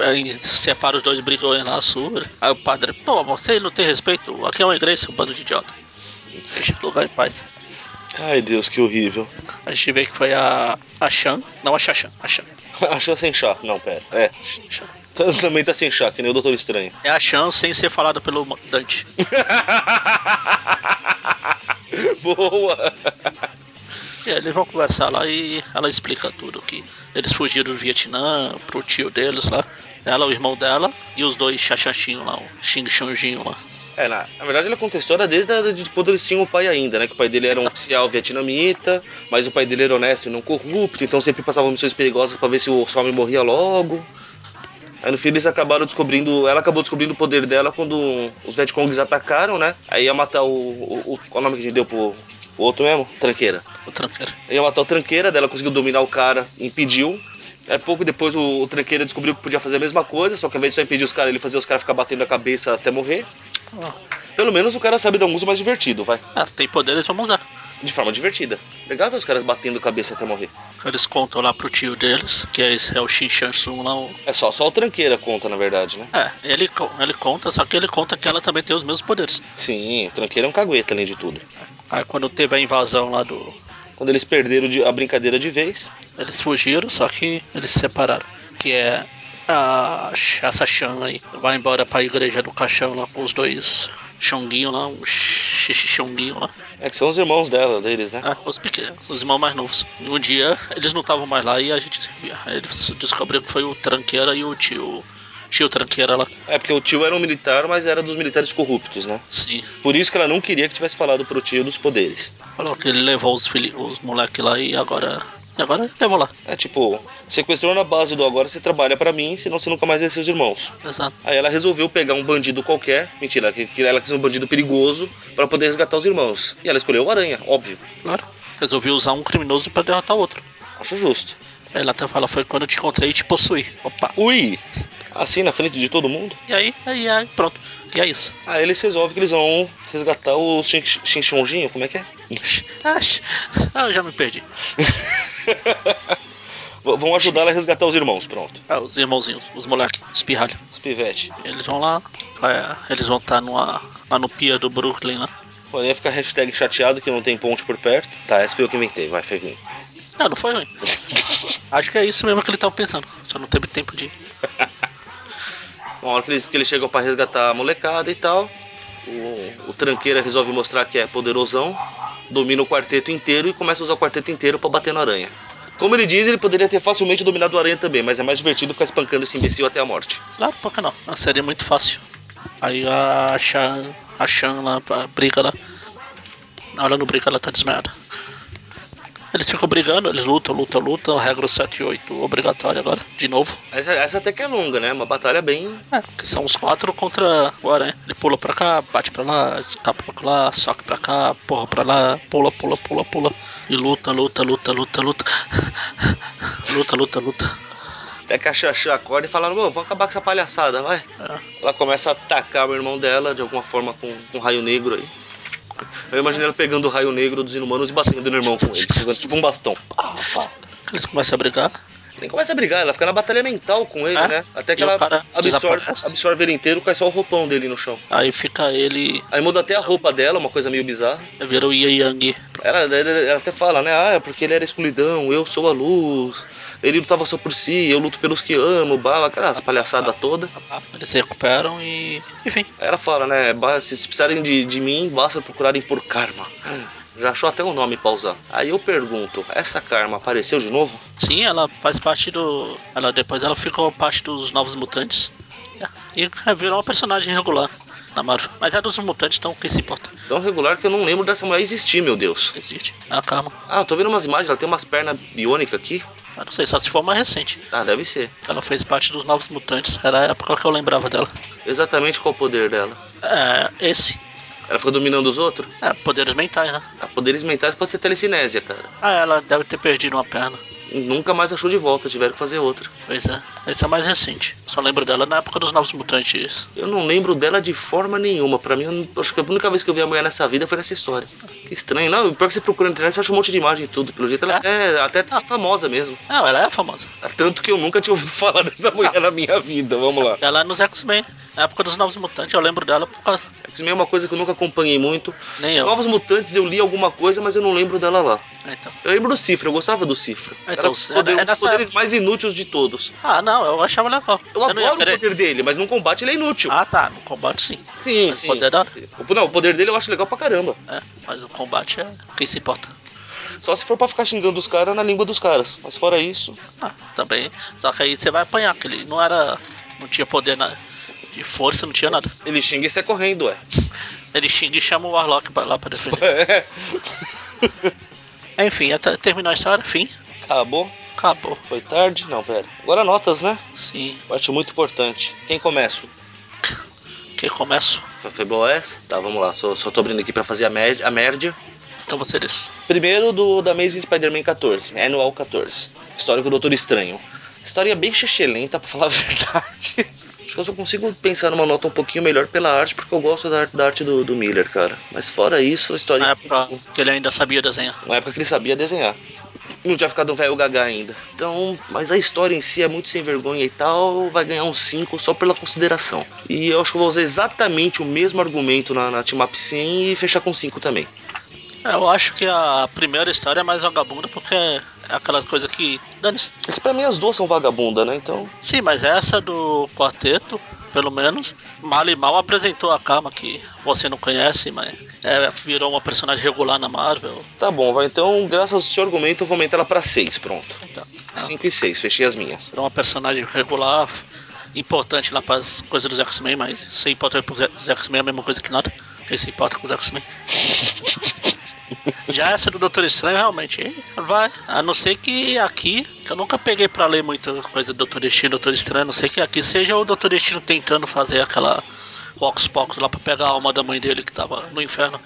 [SPEAKER 1] aí separa os dois brigões lá, surra. Aí o padre, pô, você não tem respeito, aqui é uma igreja, seu bando de idiota. Deixa o lugar em paz.
[SPEAKER 2] Ai, Deus, que horrível.
[SPEAKER 1] A gente vê que foi a, a Shan, não a Shashan, a Shan.
[SPEAKER 2] Achou sem chá. Não, pera. É.
[SPEAKER 1] Shan.
[SPEAKER 2] Tá- Também tá sem chá, que nem o Doutor Estranho.
[SPEAKER 1] É a Shan sem ser falada pelo Dante.
[SPEAKER 2] Boa!
[SPEAKER 1] E aí eles vão conversar lá e ela explica tudo que eles fugiram do Vietnã pro tio deles lá. Ela, o irmão dela e os dois chachachinhos lá, o Xing Xunjinho lá.
[SPEAKER 2] É, na, na verdade ela conta a história desde a, de quando eles tinham o pai ainda, né? Que o pai dele era um oficial vietnamita, mas o pai dele era honesto e não corrupto, então sempre passavam missões perigosas pra ver se o homem morria logo. Aí no fim eles acabaram descobrindo. Ela acabou descobrindo o poder dela quando os Vietcongs atacaram, né? Aí ia matar o. o, o qual o nome que a gente deu pro. O outro mesmo? Tranqueira.
[SPEAKER 1] O tranqueiro.
[SPEAKER 2] Ia matar o tranqueira, dela conseguiu dominar o cara, impediu. Aí pouco depois o, o tranqueira descobriu que podia fazer a mesma coisa, só que ao invés de só impedir os caras, ele fazia os caras ficar batendo a cabeça até morrer. Pelo menos o cara sabe dar um uso mais divertido, vai.
[SPEAKER 1] Ah, tem poderes, vamos usar.
[SPEAKER 2] De forma divertida. Legal ver os caras batendo cabeça até morrer.
[SPEAKER 1] Eles contam lá pro tio deles, que é, esse, é o Shin Shan Sun lá. o-
[SPEAKER 2] É só, só o tranqueira conta, na verdade, né?
[SPEAKER 1] É, ele, co- ele conta, só que ele conta que ela também tem os mesmos poderes.
[SPEAKER 2] Sim, o tranqueira é um cagueta, além de tudo.
[SPEAKER 1] Aí quando teve a invasão lá do.
[SPEAKER 2] Quando eles perderam de- a brincadeira de vez,
[SPEAKER 1] Eles fugiram, só que eles se separaram. Que é a essa Chan aí. Vai embora pra igreja do caixão lá com os dois Xonguinho lá, um xixi Xonguinho lá.
[SPEAKER 2] é que são os irmãos dela, deles, né?
[SPEAKER 1] Ah, os pequenos, os irmãos mais novos. E um dia eles não estavam mais lá e a gente aí eles descobriu que foi o tranqueira e o tio. Tio tranqueira lá.
[SPEAKER 2] É porque o tio era um militar, mas era dos militares corruptos, né?
[SPEAKER 1] Sim.
[SPEAKER 2] Por isso que ela não queria que tivesse falado pro tio dos poderes.
[SPEAKER 1] Falou que ele levou os, fili- os moleques lá e agora. E agora levou lá.
[SPEAKER 2] É tipo, sequestrou na base do agora você trabalha pra mim, senão você nunca mais vê seus irmãos.
[SPEAKER 1] Exato.
[SPEAKER 2] Aí ela resolveu pegar um bandido qualquer, mentira, que que ela quis um bandido perigoso pra poder resgatar os irmãos. E ela escolheu o Aranha, óbvio.
[SPEAKER 1] Claro. Resolvi usar um criminoso pra derrotar o outro.
[SPEAKER 2] Acho justo.
[SPEAKER 1] Aí Ela até fala, foi quando eu te encontrei e te possuí. Opa.
[SPEAKER 2] Ui! Assim na frente de todo mundo?
[SPEAKER 1] E aí, aí, aí, pronto. E é isso.
[SPEAKER 2] Aí eles resolvem que eles vão resgatar o Xinchonjinho, como é que é?
[SPEAKER 1] Ah, sh- ah, eu já me perdi.
[SPEAKER 2] V- Vão ajudar ela a resgatar os irmãos, pronto.
[SPEAKER 1] Ah, os irmãozinhos, os moleques, os pirralhos.
[SPEAKER 2] Os pivete.
[SPEAKER 1] Eles vão lá, é, eles vão estar numa, lá no pier do Brooklyn né? lá.
[SPEAKER 2] Pô, eu ia ficar hashtag chateado que não tem ponte por perto. Tá, essa foi eu que inventei, vai, foi ruim.
[SPEAKER 1] Ah, Não, não foi ruim. Acho que é isso mesmo que ele tava pensando. Só não teve tempo de.
[SPEAKER 2] Uma hora que eles, que eles chegam pra resgatar a molecada e tal. O, o tranqueira resolve mostrar que é poderosão, domina o quarteto inteiro e começa a usar o quarteto inteiro pra bater na aranha. Como ele diz, ele poderia ter facilmente dominado a aranha também, mas é mais divertido ficar espancando esse imbecil até a morte.
[SPEAKER 1] Claro, por que não? É uma série muito fácil. Aí a Shan, a Shan lá, a briga lá. Na hora não briga, ela tá desmaiada. Eles ficam brigando, eles lutam, lutam, lutam. Regra 7 e 8 obrigatória agora, de novo.
[SPEAKER 2] Essa, essa até que é longa, né? Uma batalha bem.
[SPEAKER 1] É, que são os quatro contra o Aranha. Ele pula pra cá, bate pra lá, escapa pra lá, soca pra cá, porra pra lá, pula, pula, pula, pula. E luta, luta, luta, luta, luta. luta, luta, luta.
[SPEAKER 2] Até que a Xaxã acorda e fala: Bom, vamos acabar com essa palhaçada, vai.
[SPEAKER 1] É.
[SPEAKER 2] Ela começa a atacar o irmão dela de alguma forma com, com um raio negro aí. Eu imagino ela pegando o raio negro dos inumanos e batendo no irmão com ele, usando tipo um bastão. Pá, pá.
[SPEAKER 1] Eles começam a brigar.
[SPEAKER 2] Nem começa a brigar, ela fica na batalha mental com ele,
[SPEAKER 1] É?
[SPEAKER 2] né? Até que
[SPEAKER 1] E o
[SPEAKER 2] ela
[SPEAKER 1] cara
[SPEAKER 2] absorve,
[SPEAKER 1] desaparece.
[SPEAKER 2] absorve ele inteiro, cai só o roupão dele no chão.
[SPEAKER 1] Aí fica ele, é,
[SPEAKER 2] Aí muda até a roupa dela, uma coisa meio bizarra.
[SPEAKER 1] vira o Ia Yang.
[SPEAKER 2] Ela, ela- ela até fala, né? Ah, é porque ele era escuridão, eu sou a luz. Ele lutava só por si, eu luto pelos que amo, bala, aquelas palhaçadas toda.
[SPEAKER 1] Eles se recuperam e. Enfim.
[SPEAKER 2] Aí ela fala, né? "Ba- Se se precisarem de, de mim, basta procurarem por karma. Já achou até um nome pra usar. Aí eu pergunto, essa karma apareceu de novo?
[SPEAKER 1] Sim, ela faz parte do. Ela, depois ela ficou parte dos Novos Mutantes. É, E virou uma personagem regular na Marvel. Mas é dos mutantes, então quem se importa?
[SPEAKER 2] Tão regular que eu não lembro dessa mulher existir, meu Deus.
[SPEAKER 1] Existe. Ah, calma.
[SPEAKER 2] Ah, eu tô vendo umas imagens, ela tem umas pernas biônicas aqui.
[SPEAKER 1] Eu não sei, só se for mais recente.
[SPEAKER 2] Ah, deve ser.
[SPEAKER 1] Ela fez parte dos Novos Mutantes. Era a época que eu lembrava dela.
[SPEAKER 2] Exatamente qual o poder dela.
[SPEAKER 1] É, esse.
[SPEAKER 2] Ela fica dominando os outros?
[SPEAKER 1] É, poderes mentais, né?
[SPEAKER 2] Ah, poderes mentais pode ser telecinésia, cara.
[SPEAKER 1] Ah, ela deve ter perdido uma perna.
[SPEAKER 2] Nunca mais achou de volta, tiveram que fazer outra.
[SPEAKER 1] Pois é. Esse é mais recente. Só lembro dela na época dos Novos Mutantes.
[SPEAKER 2] Eu não lembro dela de forma nenhuma. Pra mim, eu não- acho que a única vez que eu vi a mulher nessa vida foi nessa história. Que estranho. Não, pior que você procura na internet, você acha um monte de imagem e tudo. Pelo jeito, ela é até, até famosa mesmo.
[SPEAKER 1] Não, ela é famosa.
[SPEAKER 2] Tanto que eu nunca tinha ouvido falar dessa mulher na minha vida. Vamos lá.
[SPEAKER 1] Ela é nos X-Men. Na época dos Novos Mutantes, eu lembro dela por causa.
[SPEAKER 2] Isso é uma coisa que eu nunca acompanhei muito.
[SPEAKER 1] Nem eu.
[SPEAKER 2] Novos Mutantes, eu li alguma coisa, mas eu não lembro dela lá.
[SPEAKER 1] Então.
[SPEAKER 2] Eu lembro do Cifra, eu gostava do Cifra.
[SPEAKER 1] Então,
[SPEAKER 2] Era o
[SPEAKER 1] se-
[SPEAKER 2] poder-
[SPEAKER 1] é
[SPEAKER 2] um dos
[SPEAKER 1] dessa
[SPEAKER 2] poderes mais inúteis de todos.
[SPEAKER 1] Ah, não, eu achava legal.
[SPEAKER 2] Eu
[SPEAKER 1] Você não ia
[SPEAKER 2] adoro o
[SPEAKER 1] querer-
[SPEAKER 2] poder dele, mas num combate ele é inútil.
[SPEAKER 1] Ah, tá, no combate sim.
[SPEAKER 2] sim,
[SPEAKER 1] mas
[SPEAKER 2] sim.
[SPEAKER 1] poder é da hora.
[SPEAKER 2] O- Não, o poder dele eu acho legal pra caramba.
[SPEAKER 1] É, mas o combate é quem se importa.
[SPEAKER 2] Só se for pra ficar xingando os caras na língua dos caras. Mas fora isso.
[SPEAKER 1] Ah, também. Só que aí você vai apanhar, que ele não era. Não tinha poder na... de força, não tinha nada.
[SPEAKER 2] Ele xinga e sai correndo, ué.
[SPEAKER 1] Ele xinga e chama o Warlock pra lá pra defender. Enfim, até terminar a história, fim.
[SPEAKER 2] Acabou.
[SPEAKER 1] Acabou.
[SPEAKER 2] Foi tarde. Não, pera. Agora notas, né?
[SPEAKER 1] Sim.
[SPEAKER 2] Parte muito importante. Quem começa?
[SPEAKER 1] Quem começa?
[SPEAKER 2] Foi- Foi boa essa? Tá, vamos lá. Só, só tô abrindo aqui pra fazer a, mer a merda.
[SPEAKER 1] Então você diz.
[SPEAKER 2] Primeiro do da Amazing Spider-Man 14, Annual 14. História com o Doutor Estranho. História bem chechelenta, pra falar a verdade. Acho que eu só consigo pensar numa nota um pouquinho melhor pela arte, porque eu gosto da arte, da arte do, do Miller, cara. Mas fora isso, a história.
[SPEAKER 1] Na época que ele ainda sabia desenhar.
[SPEAKER 2] Na época que ele sabia desenhar. Não tinha ficado um velho gaga ainda. Então, mas a história em si é muito sem vergonha e tal, vai ganhar um 5 só pela consideração. E eu acho que eu vou usar exatamente o mesmo argumento na, na Team Up 100 e fechar com 5 também.
[SPEAKER 1] É, Eu acho que a primeira história é mais vagabunda porque é aquelas coisas que. Dane-se.
[SPEAKER 2] É que pra mim as duas são vagabunda, né? Então,
[SPEAKER 1] Sim, mas essa do quarteto, pelo menos, mal e mal apresentou a Karma, que você não conhece, mas é, virou uma personagem regular na Marvel.
[SPEAKER 2] tá bom, vai. Então, graças ao seu argumento, eu vou aumentar ela pra 6, pronto.
[SPEAKER 1] Então,
[SPEAKER 2] 5 e 6, fechei as minhas.
[SPEAKER 1] virou uma personagem regular, importante lá para as coisas dos X-Men, mas se importa para os X-Men é a mesma coisa que nada. Quem se importa com os X-Men? Já essa do Doutor Estranho, realmente, vai. A não ser que aqui, que eu nunca peguei pra ler muita coisa do Doutor Destino, Doutor Estranho, a não ser que aqui seja o Doutor Destino tentando fazer aquela Vox Pox lá pra pegar a alma da mãe dele que tava no inferno,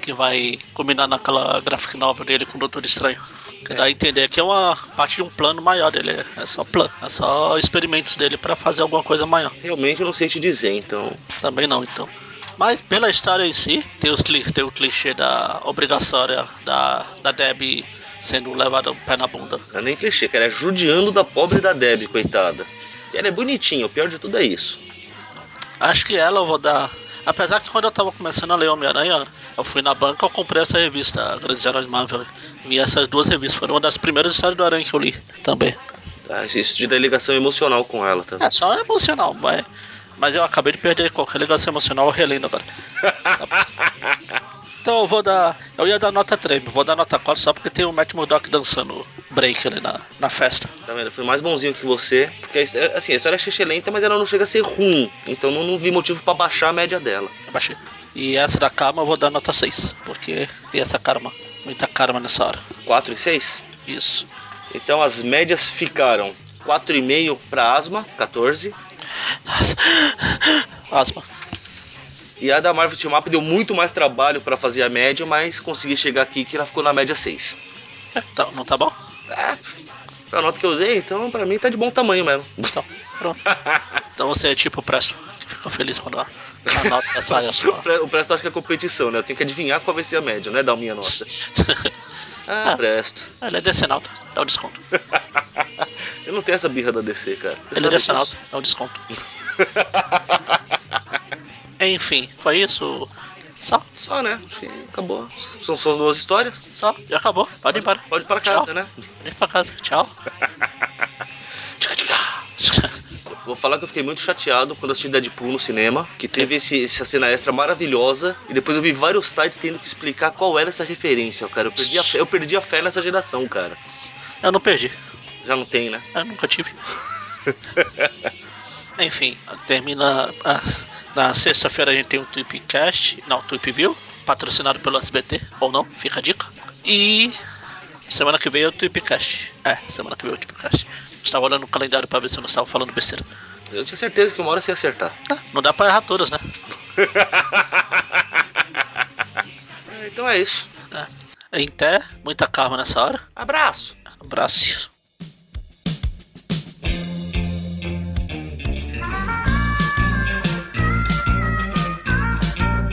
[SPEAKER 1] que vai combinar naquela graphic novel dele com o Doutor Estranho. Que dá a entender que é uma parte de um plano maior dele, é só plano, é só experimentos dele pra fazer alguma coisa maior.
[SPEAKER 2] Realmente eu não sei te dizer, então.
[SPEAKER 1] Também não, então. Mas pela história em si, tem, os cli tem o clichê da obrigatória da, da Debbie sendo levada o pé na bunda.
[SPEAKER 2] Não é nem clichê, cara. É judiando da pobre da Deb, coitada. E ela é bonitinha, o pior de tudo é isso.
[SPEAKER 1] Acho que ela eu vou dar. Apesar que quando eu tava começando a ler Homem-Aranha, eu fui na banca eu comprei essa revista, Grandes Heróis Marvel. Vi essas duas revistas, foram uma das primeiras histórias do Aranha que eu li também.
[SPEAKER 2] Ah, Tá, isso de delegação emocional com ela, tá?
[SPEAKER 1] É só emocional, mas Mas eu acabei de perder qualquer ligação emocional relendo agora. então eu vou dar. Eu ia dar nota 3, mas vou dar nota 4 só porque tem o Matt Murdock dançando break ali na, na festa.
[SPEAKER 2] Tá vendo? Eu fui mais bonzinho que você. Porque, assim, a história é excelente, mas ela não chega a ser ruim. Então não, não vi motivo pra baixar a média dela.
[SPEAKER 1] Abaixei. E essa da karma eu vou dar nota 6, porque tem essa karma, muita karma nessa hora.
[SPEAKER 2] 4 e 6?
[SPEAKER 1] Isso.
[SPEAKER 2] Então as médias ficaram 4,5 pra asma, 14.
[SPEAKER 1] Asma.
[SPEAKER 2] E a da Marvel Team Up deu muito mais trabalho pra fazer a média, mas consegui chegar aqui que ela ficou na média 6.
[SPEAKER 1] É, tá- não tá bom?
[SPEAKER 2] Ah, foi a nota que eu dei, então pra mim tá de bom tamanho mesmo.
[SPEAKER 1] Então, pronto. então você é tipo o Presto, que fica feliz quando a, a nota sai a
[SPEAKER 2] O
[SPEAKER 1] sua.
[SPEAKER 2] Pre- O Presto acha que é competição, né? Eu tenho que adivinhar qual vai ser a média, não é dar minha nota. Ah,
[SPEAKER 1] Ah.
[SPEAKER 2] Presto.
[SPEAKER 1] Ele é decenalta, dá um desconto.
[SPEAKER 2] Eu não tenho essa birra da DC, cara. Você
[SPEAKER 1] Ele é
[SPEAKER 2] sabe disso.
[SPEAKER 1] decenalta, dá um desconto. Enfim, foi isso. Só,
[SPEAKER 2] Só, né? Acho que Acabou. São só as duas histórias.
[SPEAKER 1] só, já acabou. Pode ir embora.
[SPEAKER 2] Pode ir pra
[SPEAKER 1] Tchau.
[SPEAKER 2] casa, né?
[SPEAKER 1] Pode ir pra casa. Tchau.
[SPEAKER 2] Tchica, tchica. Vou falar que eu fiquei muito chateado quando assisti Deadpool no cinema, que teve esse, essa cena extra maravilhosa, e depois eu vi vários sites tendo que explicar qual era essa referência, cara. Eu perdi a fé, eu perdi a fé nessa geração, cara.
[SPEAKER 1] Eu não perdi.
[SPEAKER 2] Já não tem, né?
[SPEAKER 1] Eu É, nunca tive. Enfim, termina. a- na sexta-feira a gente tem um Tweepcast. Não, Tweepview. Patrocinado pelo SBT, ou não, fica a dica. E. Semana que vem é o Tweepcast. É, semana que vem é o Tweepcast. Estava olhando o calendário para ver se eu não estava falando besteira.
[SPEAKER 2] Eu tinha certeza que uma hora você ia acertar.
[SPEAKER 1] Ah, Não dá para errar todas, né?
[SPEAKER 2] É, Então é isso.
[SPEAKER 1] É. Em té, muita calma nessa hora.
[SPEAKER 2] Abraço!
[SPEAKER 1] Abraço.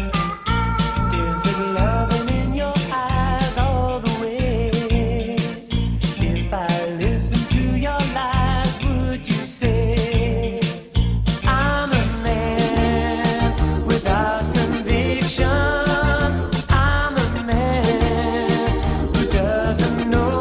[SPEAKER 3] Is it loving in your eyes all the way? If I listen to your lies, would you say I'm a man without conviction? I'm a man who doesn't know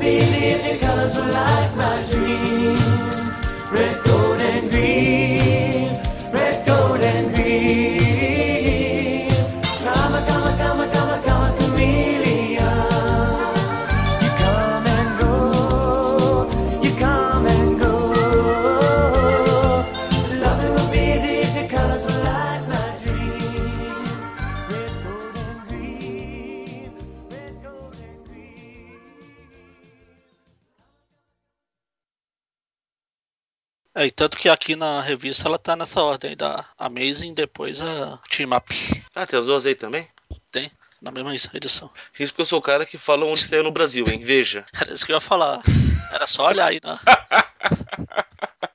[SPEAKER 3] living colors are like my dream. Red, gold, and green. Red, gold, and green. Come, come, come, come, come, chameleon. You come and go. You come and go. Loving will be easy if your colors were like my dream. Red, gold, and green. Red, gold, and green.
[SPEAKER 1] É, e tanto que aqui na revista ela tá nessa ordem aí da Amazing, depois a Team Up.
[SPEAKER 2] Ah, tem as duas aí também?
[SPEAKER 1] Tem? Na mesma edição.
[SPEAKER 2] Isso porque eu sou o cara que fala onde saiu no Brasil, hein? Veja.
[SPEAKER 1] Era isso que eu ia falar. Era só olhar aí, né?